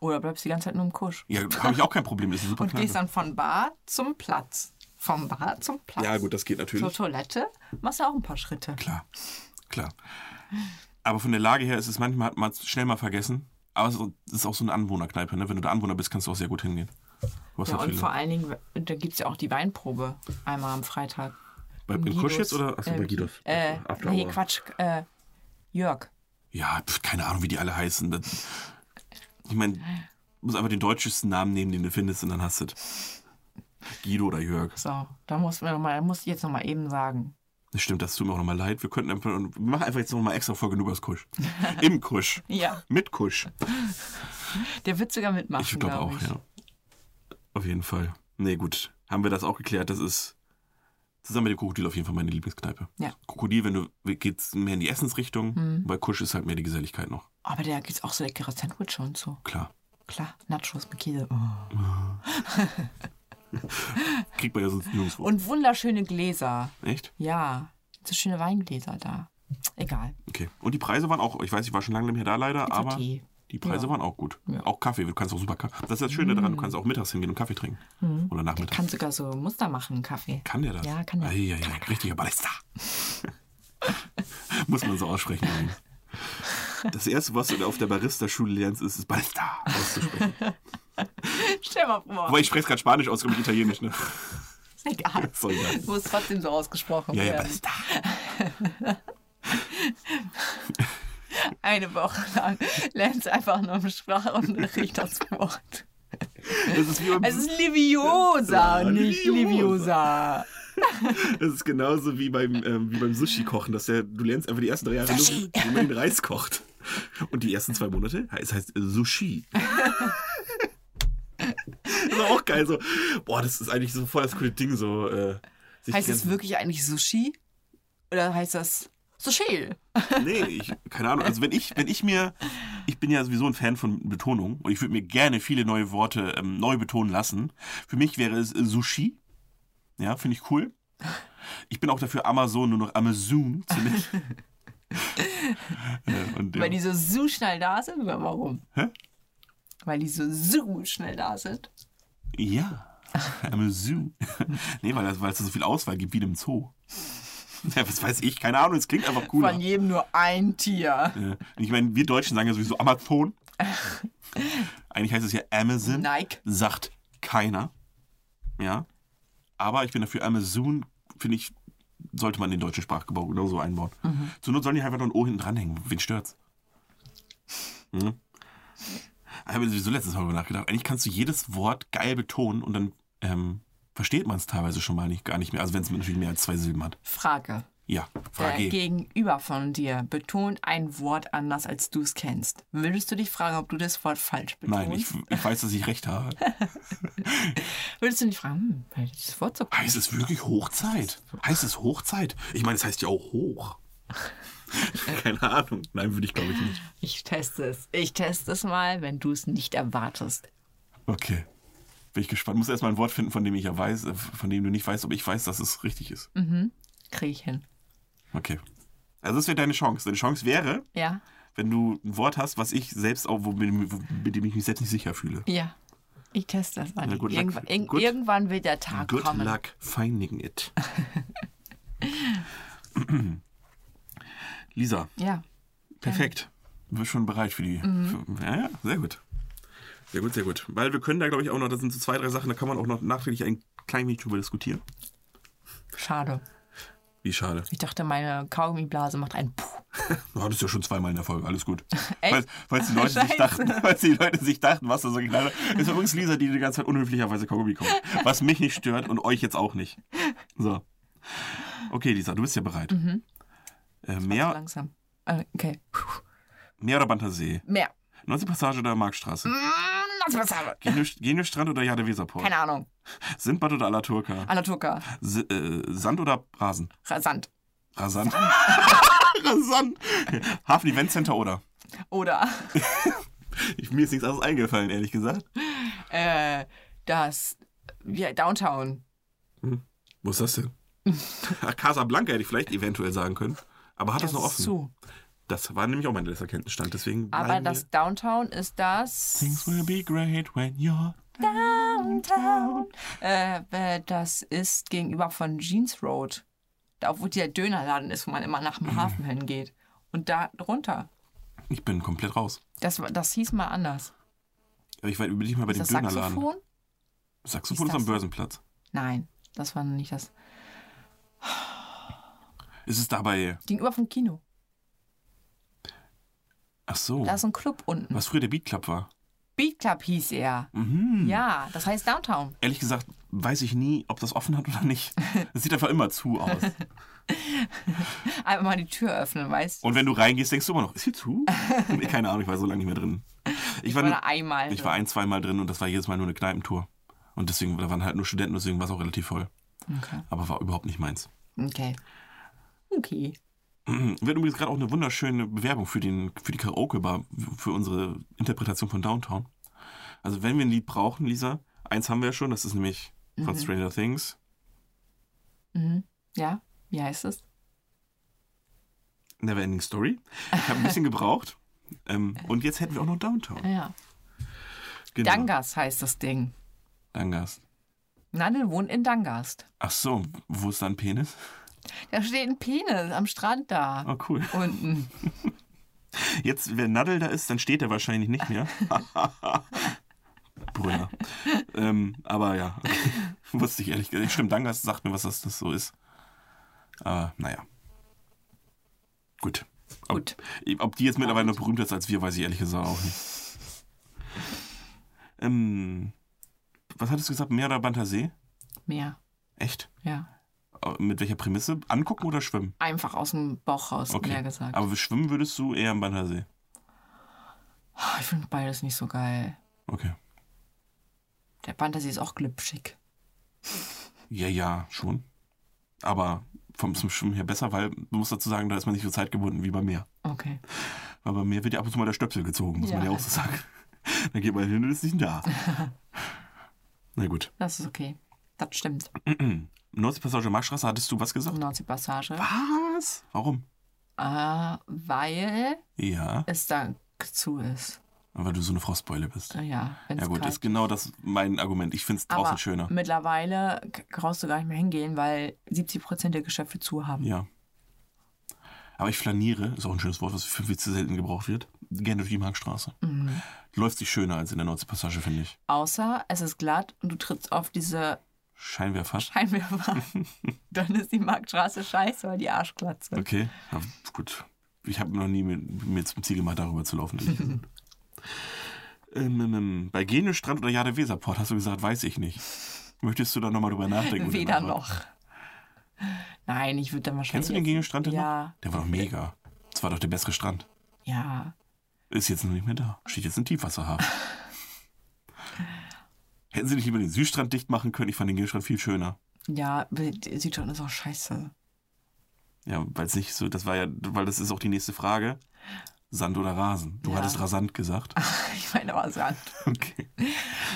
[SPEAKER 2] Oder bleibst die ganze Zeit nur im Kusch.
[SPEAKER 1] Ja, habe ich auch kein Problem, das ist eine super
[SPEAKER 2] Und gehst
[SPEAKER 1] Kneipe.
[SPEAKER 2] dann von Bar zum Platz. Vom Bar zum Platz.
[SPEAKER 1] Ja, gut, das geht
[SPEAKER 2] Zur
[SPEAKER 1] natürlich.
[SPEAKER 2] Toilette machst du auch ein paar Schritte.
[SPEAKER 1] Klar, klar. Aber von der Lage her ist es manchmal, hat man es schnell mal vergessen, aber es ist auch so eine Anwohnerkneipe, ne? wenn du da Anwohner bist, kannst du auch sehr gut hingehen. Du hast
[SPEAKER 2] Ja,
[SPEAKER 1] ja,
[SPEAKER 2] und
[SPEAKER 1] viele.
[SPEAKER 2] vor allen Dingen, da gibt es ja auch die Weinprobe einmal am Freitag.
[SPEAKER 1] Bei, beim Kusch
[SPEAKER 2] Guidos.
[SPEAKER 1] jetzt oder? Achso,
[SPEAKER 2] Ähm,
[SPEAKER 1] bei Guidos.
[SPEAKER 2] Äh,
[SPEAKER 1] After
[SPEAKER 2] nee,
[SPEAKER 1] Hour.
[SPEAKER 2] Quatsch. Äh, Jörg.
[SPEAKER 1] Ja, pf, keine Ahnung, wie die alle heißen. Das, ich meine, muss einfach den deutschesten Namen nehmen, den du findest, und dann hast du es. Guido oder Jörg.
[SPEAKER 2] So, da muss, mir noch mal, muss ich jetzt nochmal eben sagen.
[SPEAKER 1] Das stimmt, das tut mir auch nochmal leid. Wir könnten einfach, und wir machen einfach jetzt nochmal extra Folge nur übers Kusch. Im Kusch.
[SPEAKER 2] Ja,
[SPEAKER 1] Mit Kusch.
[SPEAKER 2] der wird sogar mitmachen.
[SPEAKER 1] Ich glaube auch, ja. Auf jeden Fall. Nee, gut. Haben wir das auch geklärt? Das ist zusammen mit dem Krokodil auf jeden Fall meine Lieblingskneipe.
[SPEAKER 2] Ja. Hm.
[SPEAKER 1] Krokodil, wenn du geht's mehr in die Essensrichtung, bei Kusch ist halt mehr die Geselligkeit noch.
[SPEAKER 2] Aber da gibt es auch so leckere Sandwiches und so.
[SPEAKER 1] Klar.
[SPEAKER 2] Klar, Nachos mit Käse. Oh.
[SPEAKER 1] Kriegt man ja sonst nirgendwo.
[SPEAKER 2] Und wunderschöne Gläser.
[SPEAKER 1] Echt?
[SPEAKER 2] Ja, so schöne Weingläser da. Egal.
[SPEAKER 1] Okay. Und die Preise waren auch, ich weiß, ich war schon lange nicht mehr da leider,
[SPEAKER 2] Pizza
[SPEAKER 1] aber
[SPEAKER 2] Tee.
[SPEAKER 1] die Preise waren auch gut. Auch Kaffee, du kannst auch super Kaffee. Das ist das Schöne daran, du
[SPEAKER 2] Mm.
[SPEAKER 1] kannst auch mittags hingehen und Kaffee trinken. Oder nachmittags.
[SPEAKER 2] Kann sogar so Muster machen, Kaffee.
[SPEAKER 1] Kann der das?
[SPEAKER 2] Mm. Ja, kann der.
[SPEAKER 1] Eieiei, richtiger Ballester. Muss man so aussprechen. übrigens. Das erste, was du auf der Barista-Schule lernst, ist, ist Ballester auszusprechen.
[SPEAKER 2] Stell mal vor.
[SPEAKER 1] Wobei ich spreche gerade Spanisch aus, mit Italienisch. Ne?
[SPEAKER 2] Ist egal.
[SPEAKER 1] Ist doch egal.
[SPEAKER 2] Muss trotzdem so ausgesprochen
[SPEAKER 1] Ja, ja,
[SPEAKER 2] werden.
[SPEAKER 1] Ballester.
[SPEAKER 2] Eine Woche lang lernst du einfach nur im Sprachunterricht das Wort.
[SPEAKER 1] Das ist, wie beim,
[SPEAKER 2] Es ist Liviosa,
[SPEAKER 1] Ja,
[SPEAKER 2] nicht Liviosa.
[SPEAKER 1] das ist genauso wie beim, ähm, wie beim Sushi-Kochen. dass der- Du lernst einfach die ersten drei Jahre, nur, wie wie man den Reis kocht. Und die ersten zwei Monate, es heißt Sushi. das ist auch geil. So. Boah, das ist eigentlich so voll das coole Ding. So, äh, sich
[SPEAKER 2] Heißt
[SPEAKER 1] die
[SPEAKER 2] es
[SPEAKER 1] ganzen-
[SPEAKER 2] wirklich eigentlich Sushi? Oder heißt das Sushi?
[SPEAKER 1] Nee, ich, keine Ahnung. Also wenn ich, wenn ich mir, ich bin ja sowieso ein Fan von Betonung und ich würde mir gerne viele neue Worte ähm, neu betonen lassen. Für mich wäre es äh, Sushi. Ja, finde ich cool. Ich bin auch dafür Amazon nur noch Amazon zu nennen. Äh, und,
[SPEAKER 2] Weil die
[SPEAKER 1] ja.
[SPEAKER 2] so so schnell da sind? Oder warum?
[SPEAKER 1] Hä?
[SPEAKER 2] Weil die so so schnell da sind.
[SPEAKER 1] ähm, ja, Amazon. nee, weil, das, weil es da so viel Auswahl gibt wie in einem Zoo. Ja, was weiß ich, keine Ahnung, es klingt einfach cooler.
[SPEAKER 2] Von jedem nur ein Tier.
[SPEAKER 1] Äh, Ich meine, wir Deutschen sagen ja sowieso Amazon. Eigentlich heißt es ja Amazon.
[SPEAKER 2] Nike.
[SPEAKER 1] Sagt keiner. Ja. Aber ich bin dafür, Amazon, finde ich, sollte man in den deutschen Sprachgebrauch genauso einbauen. Zur Not sollen die einfach noch ein O hinten dranhängen. Wen stört's? Hm? Ich habe sowieso letztes Mal darüber nachgedacht. Eigentlich kannst du jedes Wort geil betonen und dann ähm, versteht man es teilweise schon mal nicht, gar nicht mehr. Also wenn es natürlich mehr als zwei Silben hat.
[SPEAKER 2] Frage.
[SPEAKER 1] Ja,
[SPEAKER 2] Der
[SPEAKER 1] Frage.
[SPEAKER 2] Gegenüber von dir betont ein Wort anders, als du es kennst. Würdest du dich fragen, ob du das Wort falsch betonst?
[SPEAKER 1] Nein, ich, ich weiß, dass ich recht habe.
[SPEAKER 2] Würdest du nicht fragen, hm, das Wort so
[SPEAKER 1] Heißt es wirklich Hochzeit? Heißt es Hochzeit? Ich meine, es heißt ja auch hoch. Keine Ahnung. Nein, würde ich glaube ich nicht.
[SPEAKER 2] Ich teste es. Ich teste es mal, wenn du es nicht erwartest.
[SPEAKER 1] Okay. Bin ich gespannt. Muss erst mal ein Wort finden, von dem ich ja weiß, äh, von dem du nicht weißt, ob ich weiß, dass es richtig ist.
[SPEAKER 2] Kriege ich hin.
[SPEAKER 1] Okay. Also das wäre deine Chance. Deine Chance wäre,
[SPEAKER 2] Ja?
[SPEAKER 1] wenn du ein Wort hast, was ich selbst auch, wo, mit, wo- mit dem ich mich selbst nicht sicher fühle.
[SPEAKER 2] Ja. Ich teste das an.
[SPEAKER 1] Na, good luck.
[SPEAKER 2] Irgendw irg-
[SPEAKER 1] Good-
[SPEAKER 2] Irgendwann wird der Tag
[SPEAKER 1] Good
[SPEAKER 2] kommen.
[SPEAKER 1] luck finding it. Lisa.
[SPEAKER 2] Ja.
[SPEAKER 1] Perfekt. Du bist schon bereit für die.
[SPEAKER 2] Mhm.
[SPEAKER 1] Für, ja, ja, sehr gut. Sehr gut, sehr gut. Weil wir können da, glaube ich, auch noch, das sind so zwei, drei Sachen, da kann man auch noch nachträglich ein klein wenig drüber diskutieren.
[SPEAKER 2] Schade.
[SPEAKER 1] Wie schade.
[SPEAKER 2] Ich dachte, meine Kaugummiblase macht einen Puh.
[SPEAKER 1] Du hattest ja schon zweimal in der Folge, alles gut.
[SPEAKER 2] Echt?
[SPEAKER 1] Falls, falls, die Leute sich
[SPEAKER 2] Scheiße.
[SPEAKER 1] dachten, falls die Leute sich dachten, was da so geknallt hat. Ist übrigens Lisa, die die ganze Zeit unhöflicherweise Kaugummi kommt. Was mich nicht stört und euch jetzt auch nicht. So. Okay, Lisa, du bist ja bereit.
[SPEAKER 2] Mhm.
[SPEAKER 1] Äh, Meer,
[SPEAKER 2] Langsam. Äh, Okay.
[SPEAKER 1] Meer oder Bantersee?
[SPEAKER 2] Mehr. Mm,
[SPEAKER 1] 90 Passage oder Marktstraße?
[SPEAKER 2] Lass mal sagen.
[SPEAKER 1] Genio- Genio-Strand oder Jade Weserport?
[SPEAKER 2] Keine Ahnung.
[SPEAKER 1] Sindbad oder Alaturka?
[SPEAKER 2] Alaturka.
[SPEAKER 1] S äh, Sand oder Rasen?
[SPEAKER 2] Rasant.
[SPEAKER 1] Rasant. Rasant. Hafen Event Center oder?
[SPEAKER 2] Oder
[SPEAKER 1] Ich, mir ist nichts anderes eingefallen, ehrlich gesagt.
[SPEAKER 2] äh, das ja, Downtown.
[SPEAKER 1] Wo ist das denn? Ach, Casablanca hätte ich vielleicht eventuell sagen können. Aber hat das, noch
[SPEAKER 2] ist
[SPEAKER 1] offen?
[SPEAKER 2] zu.
[SPEAKER 1] Das war nämlich auch mein letzter Kenntnisstand. Deswegen
[SPEAKER 2] Aber
[SPEAKER 1] bleiben
[SPEAKER 2] das
[SPEAKER 1] wir-
[SPEAKER 2] Downtown ist das.
[SPEAKER 1] Things will be great when you're.
[SPEAKER 2] Downtown. Äh, äh, das ist gegenüber von Jeans Road. Da, wo der Dönerladen ist, wo man immer nach
[SPEAKER 1] Mhm.
[SPEAKER 2] dem Hafen hingeht. Und da runter.
[SPEAKER 1] Ich bin komplett raus.
[SPEAKER 2] Das, war- das hieß mal anders.
[SPEAKER 1] Aber ich war über dich mal bei
[SPEAKER 2] Ist
[SPEAKER 1] dem
[SPEAKER 2] das
[SPEAKER 1] Dönerladen.
[SPEAKER 2] Saxophon?
[SPEAKER 1] Saxophon
[SPEAKER 2] Ist
[SPEAKER 1] ist am
[SPEAKER 2] das-
[SPEAKER 1] Börsenplatz.
[SPEAKER 2] Nein, das war nicht das.
[SPEAKER 1] Ist es dabei.
[SPEAKER 2] Gegenüber vom Kino.
[SPEAKER 1] Ach so.
[SPEAKER 2] Da ist ein Club unten.
[SPEAKER 1] Was früher der Beat Club war.
[SPEAKER 2] Beat Club hieß er.
[SPEAKER 1] Mhm.
[SPEAKER 2] Ja, das heißt Downtown.
[SPEAKER 1] Ehrlich gesagt weiß ich nie, ob das offen hat oder nicht. Es sieht einfach immer zu aus.
[SPEAKER 2] Einfach mal die Tür öffnen, weißt du?
[SPEAKER 1] Und wenn du reingehst, denkst du immer noch, ist hier zu? Nee, Keine Ahnung, ich war so lange nicht mehr drin. Ich war,
[SPEAKER 2] Oder
[SPEAKER 1] nur,
[SPEAKER 2] einmal.
[SPEAKER 1] ich war ein, zweimal drin und das war jedes Mal nur eine Kneipentour. Und deswegen, da waren halt nur Studenten, deswegen war es auch relativ voll.
[SPEAKER 2] Okay.
[SPEAKER 1] Aber war überhaupt nicht meins.
[SPEAKER 2] Okay. Okay.
[SPEAKER 1] Wird übrigens gerade auch eine wunderschöne Bewerbung für, den, für die Karaoke-Bar, für unsere Interpretation von Downtown. Also, wenn wir ein Lied brauchen, Lisa, eins haben wir ja schon, das ist nämlich von Stranger Things.
[SPEAKER 2] Ja, wie heißt es?
[SPEAKER 1] Neverending Story. Ich habe ein bisschen gebraucht. Ähm, und jetzt hätten wir auch noch Downtown.
[SPEAKER 2] Ja.
[SPEAKER 1] Genau.
[SPEAKER 2] Dangast heißt das Ding.
[SPEAKER 1] Dangas.
[SPEAKER 2] Nandel wohnt in Dangast.
[SPEAKER 1] Ach so, wo ist dein Penis?
[SPEAKER 2] Da steht ein Penis am Strand da.
[SPEAKER 1] Oh, cool.
[SPEAKER 2] Unten.
[SPEAKER 1] Jetzt, wenn Nadel da ist, dann steht er wahrscheinlich nicht mehr. Brüller. Ähm, aber ja, wusste ich ehrlich gesagt. Stimmt, Dangas sagt mir, was das, das so ist. Aber naja. Gut. Ob,
[SPEAKER 2] Gut.
[SPEAKER 1] Ob die jetzt mittlerweile noch berühmter ist als wir, weiß ich ehrlich gesagt auch nicht. Ähm, was hattest du gesagt? Meer oder Bantersee?
[SPEAKER 2] Meer.
[SPEAKER 1] Echt?
[SPEAKER 2] Ja.
[SPEAKER 1] Aber Mit welcher Prämisse? Angucken oder schwimmen?
[SPEAKER 2] Einfach aus dem Bauch raus,
[SPEAKER 1] Okay. Ah.
[SPEAKER 2] mehr gesagt.
[SPEAKER 1] Aber schwimmen würdest du eher am Bantersee?
[SPEAKER 2] Ah, ich finde beides nicht so geil.
[SPEAKER 1] Okay.
[SPEAKER 2] Der Fantasy ist auch glitschig.
[SPEAKER 1] Ja, ja, schon. Aber vom zum Schwimmen her besser, weil du musst dazu sagen, da ist man nicht so zeitgebunden wie bei mir.
[SPEAKER 2] Okay.
[SPEAKER 1] Weil bei mir wird ja ab und zu mal der Stöpsel gezogen, muss man
[SPEAKER 2] Ja.
[SPEAKER 1] ja auch so sagen. Dann geht man hin und ist nicht da. Na gut.
[SPEAKER 2] Das ist okay. Das stimmt.
[SPEAKER 1] Nordseepassage Marschstraße, hattest du was gesagt?
[SPEAKER 2] Nordsee-Passage.
[SPEAKER 1] Was? Warum?
[SPEAKER 2] Ah, weil
[SPEAKER 1] Ja,
[SPEAKER 2] es da zu ist. Ah,
[SPEAKER 1] weil du so eine Frostbeule bist.
[SPEAKER 2] Ja, wenn
[SPEAKER 1] Ja
[SPEAKER 2] es
[SPEAKER 1] gut,
[SPEAKER 2] Äh, kalt
[SPEAKER 1] ist genau das mein Argument. Ich finde es draußen
[SPEAKER 2] Aber
[SPEAKER 1] schöner.
[SPEAKER 2] Mittlerweile k- brauchst du gar nicht mehr hingehen, weil 70 Prozent der Geschäfte zu haben.
[SPEAKER 1] Ja. Aber ich flaniere, ist auch ein schönes Wort, was viel zu selten gebraucht wird, gerne durch die Markstraße.
[SPEAKER 2] Mhm.
[SPEAKER 1] Läuft sich schöner als in der Nordseepassage, finde ich.
[SPEAKER 2] Außer es ist glatt und du trittst auf diese
[SPEAKER 1] Scheinwerfer.
[SPEAKER 2] Scheinwerfer. Dann ist die Marktstraße scheiße, weil die Arschklatze.
[SPEAKER 1] Okay, ja, gut. Ich habe noch nie mir, mir zum Ziel gemacht, darüber zu laufen. ehrlich gesagt. ähm, ähm, ähm, bei Genius Strand oder Jade Weserport hast du gesagt, weiß ich nicht. Möchtest du da nochmal drüber nachdenken? mit dem
[SPEAKER 2] Weder
[SPEAKER 1] Antwort?
[SPEAKER 2] noch. Nein, ich würde dann wahrscheinlich.
[SPEAKER 1] Kennst du den
[SPEAKER 2] jetzt-
[SPEAKER 1] Genius Strand denn
[SPEAKER 2] Ja.
[SPEAKER 1] noch? Der war doch mega. Das war doch der bessere Strand.
[SPEAKER 2] Ja.
[SPEAKER 1] Ist jetzt noch nicht mehr da. Steht jetzt ein Tiefwasserhafen. Hätten sie nicht lieber den Südstrand dicht machen können? Ich fand den Genius Strand viel schöner.
[SPEAKER 2] Ja, Südschotland ist auch scheiße.
[SPEAKER 1] Ja, weil es nicht so, das war ja, weil das ist auch die nächste Frage. Sand oder Rasen? Du
[SPEAKER 2] Ja. Ah.
[SPEAKER 1] hattest rasant gesagt.
[SPEAKER 2] Ich meine, aber Sand.
[SPEAKER 1] Okay.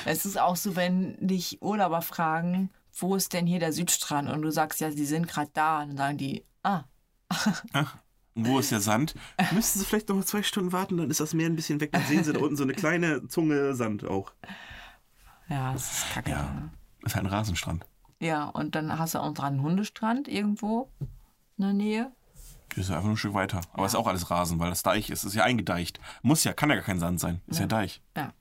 [SPEAKER 2] Es ist auch so, wenn dich Urlauber fragen, wo ist denn hier der Südstrand? Und du sagst, ja, die sind gerade da. Und dann sagen die, ah,
[SPEAKER 1] Und Wo ist der Sand? Müssten Sie vielleicht noch mal zwei Stunden warten, dann ist das Meer ein bisschen weg. Dann sehen Sie da unten so eine kleine Zunge Sand auch.
[SPEAKER 2] ja, das ist kacke.
[SPEAKER 1] Ja, ist halt ein Rasenstrand.
[SPEAKER 2] Ja, und dann hast du auch dran einen Hundestrand irgendwo in der Nähe.
[SPEAKER 1] Das ist einfach nur ein Stück weiter. Aber ist auch alles Rasen, weil das Deich ist. Ist ja eingedeicht. Muss ja, kann ja gar kein Sand sein. Ist ja, Deich.
[SPEAKER 2] Ja.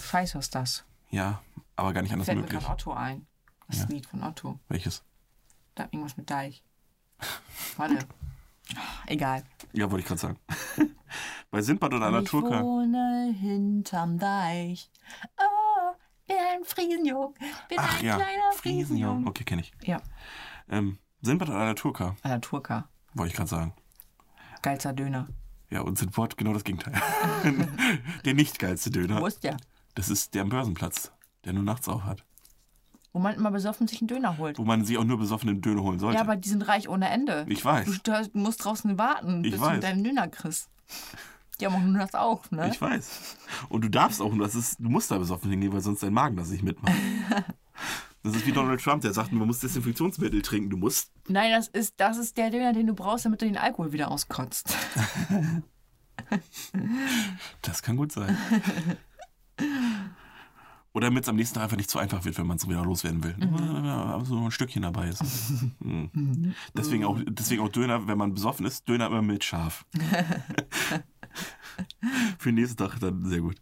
[SPEAKER 2] Scheiße ist das.
[SPEAKER 1] Ja, aber gar nicht anders
[SPEAKER 2] Fällt mir
[SPEAKER 1] möglich.
[SPEAKER 2] von Otto ein. Das Lied von Otto.
[SPEAKER 1] Welches?
[SPEAKER 2] Da irgendwas mit Deich. Warte. Egal.
[SPEAKER 1] Ja, wollte ich gerade sagen. Bei Sindbad oder
[SPEAKER 2] Ich
[SPEAKER 1] Alaturka.
[SPEAKER 2] wohne hinterm Deich. Oh, bin ein Friesenjung. Bin
[SPEAKER 1] Ach
[SPEAKER 2] ein
[SPEAKER 1] ja,
[SPEAKER 2] kleiner
[SPEAKER 1] Friesenjung.
[SPEAKER 2] Friesenjung.
[SPEAKER 1] Okay, kenne ich.
[SPEAKER 2] Ja,
[SPEAKER 1] Ähm, Sindbad oder Alaturka,
[SPEAKER 2] Alaturka.
[SPEAKER 1] wollte ich gerade sagen.
[SPEAKER 2] Geilster Döner.
[SPEAKER 1] Ja, und Sindbad genau das Gegenteil. der nicht geilste Döner.
[SPEAKER 2] Wo ist der?
[SPEAKER 1] Das ist der am Börsenplatz, der nur nachts auf hat.
[SPEAKER 2] Wo man immer besoffen sich einen Döner holt.
[SPEAKER 1] Wo man sich auch nur besoffenen Döner holen sollte.
[SPEAKER 2] Ja, aber die sind reich ohne Ende.
[SPEAKER 1] ich weiß.
[SPEAKER 2] Du, stör- du musst draußen warten,
[SPEAKER 1] Ich
[SPEAKER 2] bis du
[SPEAKER 1] weiß.
[SPEAKER 2] deinen Döner kriegst. Die haben auch nur das auch, ne?
[SPEAKER 1] Ich weiß. Und du darfst auch, und das ist, du musst da besoffen hingehen, weil sonst dein Magen das nicht mitmacht. Das ist wie Donald Trump, der sagt, man muss Desinfektionsmittel trinken. Du musst.
[SPEAKER 2] Nein, das ist, das ist der Döner, den du brauchst, damit du den Alkohol wieder auskotzt.
[SPEAKER 1] Das kann gut sein. Oder damit es am nächsten Tag einfach nicht zu einfach wird, wenn man es wieder loswerden will. Ja, Aber so ein Stückchen dabei ist. Mhm. Deswegen, auch, deswegen auch Döner, wenn man besoffen ist, Döner immer mit scharf. Für den nächsten Tag dann sehr gut.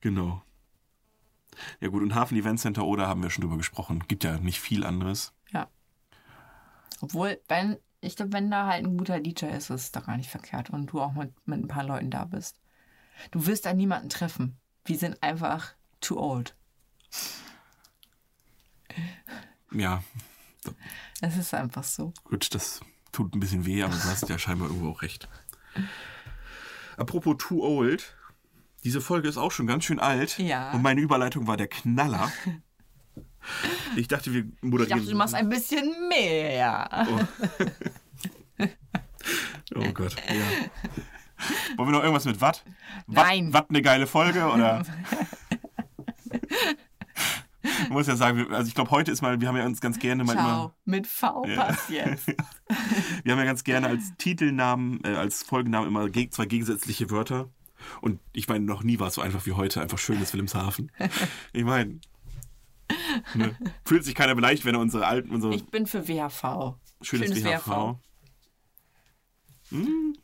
[SPEAKER 1] Genau. Ja gut, und Hafen Event Center Oder haben wir schon drüber gesprochen. Gibt ja nicht viel anderes.
[SPEAKER 2] Obwohl, wenn Ich glaube, wenn da halt ein guter DJ ist, ist es doch gar nicht verkehrt und du auch mit, mit ein paar Leuten da bist. Du wirst da niemanden treffen. Die sind einfach too old.
[SPEAKER 1] Ja,
[SPEAKER 2] Es ist einfach so.
[SPEAKER 1] gut, das tut ein bisschen weh, aber du hast ja scheinbar irgendwo auch recht. Apropos Too Old, diese Folge ist auch schon ganz schön alt.
[SPEAKER 2] Ja.
[SPEAKER 1] Und meine Überleitung war der Knaller. Ich dachte, wir
[SPEAKER 2] Ich
[SPEAKER 1] moderieren.
[SPEAKER 2] dachte, du machst ein bisschen mehr.
[SPEAKER 1] oh Gott, ja. Wollen wir noch irgendwas mit Watt? Watt-
[SPEAKER 2] Nein.
[SPEAKER 1] Watt eine geile Folge oder? Ich muss ja sagen, wir- also ich glaube, heute ist mal, wir haben ja uns ganz gerne mal immer.
[SPEAKER 2] Ciao. Mit V
[SPEAKER 1] Ja.
[SPEAKER 2] passt jetzt.
[SPEAKER 1] Wir haben ja ganz gerne als Titelnamen, äh, als Folgennamen immer geg zwei gegensätzliche Wörter. Und ich meine, noch nie war es so einfach wie heute. Einfach schönes Wilhelmshaven. Ich meine, ne, fühlt sich keiner beleidigt, wenn er unsere alten, unsere
[SPEAKER 2] Ich bin für WHV.
[SPEAKER 1] schönes, WHV. Hm.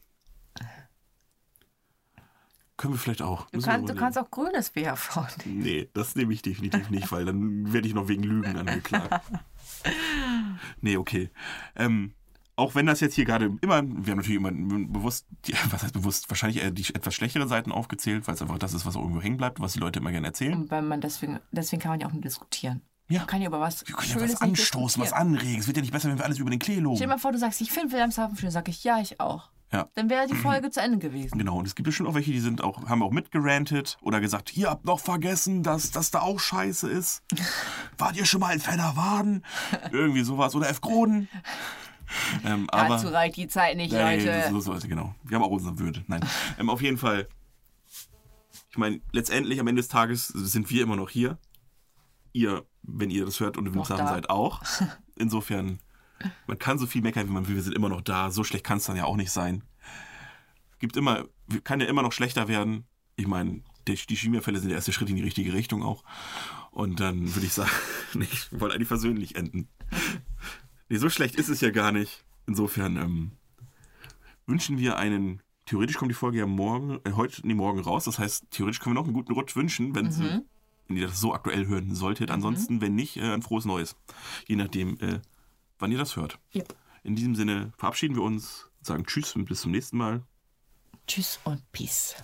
[SPEAKER 1] Können wir vielleicht auch.
[SPEAKER 2] Du kannst, du kannst auch grünes WHV nehmen.
[SPEAKER 1] Nee, das nehme ich definitiv nicht, weil dann werde ich noch wegen Lügen angeklagt. Nee, okay. Ähm, auch wenn das jetzt hier gerade immer, wir haben natürlich immer bewusst, die, was heißt bewusst, wahrscheinlich eher die etwas schlechteren Seiten aufgezählt, weil es einfach das ist, was irgendwo hängen bleibt, was die Leute immer gerne erzählen.
[SPEAKER 2] Und Weil man deswegen, deswegen kann man ja auch nur diskutieren.
[SPEAKER 1] Ja.
[SPEAKER 2] Man Mhm. kann ja über was
[SPEAKER 1] Wir können ja
[SPEAKER 2] Schönes
[SPEAKER 1] was
[SPEAKER 2] nicht
[SPEAKER 1] anstoßen, was
[SPEAKER 2] diskutieren.
[SPEAKER 1] anregen. Es wird ja nicht besser, wenn wir alles über den Klee
[SPEAKER 2] Stell dir
[SPEAKER 1] loben.
[SPEAKER 2] mal vor, du sagst, ich finde Wilhelmshaven schön, sag ich, ja, ich auch.
[SPEAKER 1] Ja.
[SPEAKER 2] Dann wäre die Folge zu Ende gewesen.
[SPEAKER 1] Genau, und es gibt bestimmt auch welche, die sind auch, haben auch mitgerantet oder gesagt, ihr habt noch vergessen, dass das da auch scheiße ist. Wart ihr schon mal in Fennerwaden? Irgendwie sowas. Oder F. Groden. Ähm, aber,
[SPEAKER 2] Dazu reicht die Zeit nicht,
[SPEAKER 1] Nee,
[SPEAKER 2] Leute.
[SPEAKER 1] So, so, so, genau. Wir haben auch unsere Würde. Nein. ähm, auf jeden Fall. Ich meine, letztendlich am Ende des Tages sind wir immer noch hier. Ihr, wenn ihr das hört und im
[SPEAKER 2] Noch
[SPEAKER 1] Wilhelmshaven
[SPEAKER 2] da.
[SPEAKER 1] seid, auch. Insofern, man kann so viel meckern, wie man will. Wir sind immer noch da. So schlecht kann es dann ja auch nicht sein. Gibt immer, kann ja immer noch schlechter werden. Ich meine, die, die Chemiefälle sind der erste Schritt in die richtige Richtung auch. Und dann würde ich sagen, nee, ich wollte eigentlich versöhnlich enden. Nee, so schlecht ist es ja gar nicht. Insofern ähm, wünschen wir einen. Theoretisch kommt die Folge ja morgen, äh, heute, nee, morgen raus. Das heißt, theoretisch können wir noch einen guten Rutsch wünschen, wenn,
[SPEAKER 2] Mhm.
[SPEAKER 1] sie, wenn ihr das so aktuell hören solltet. Ansonsten, wenn nicht, äh, ein frohes Neues. Je nachdem, äh, wann ihr das hört.
[SPEAKER 2] Ja.
[SPEAKER 1] In diesem Sinne verabschieden wir uns, sagen Tschüss und bis zum nächsten Mal.
[SPEAKER 2] Tschüss und Peace.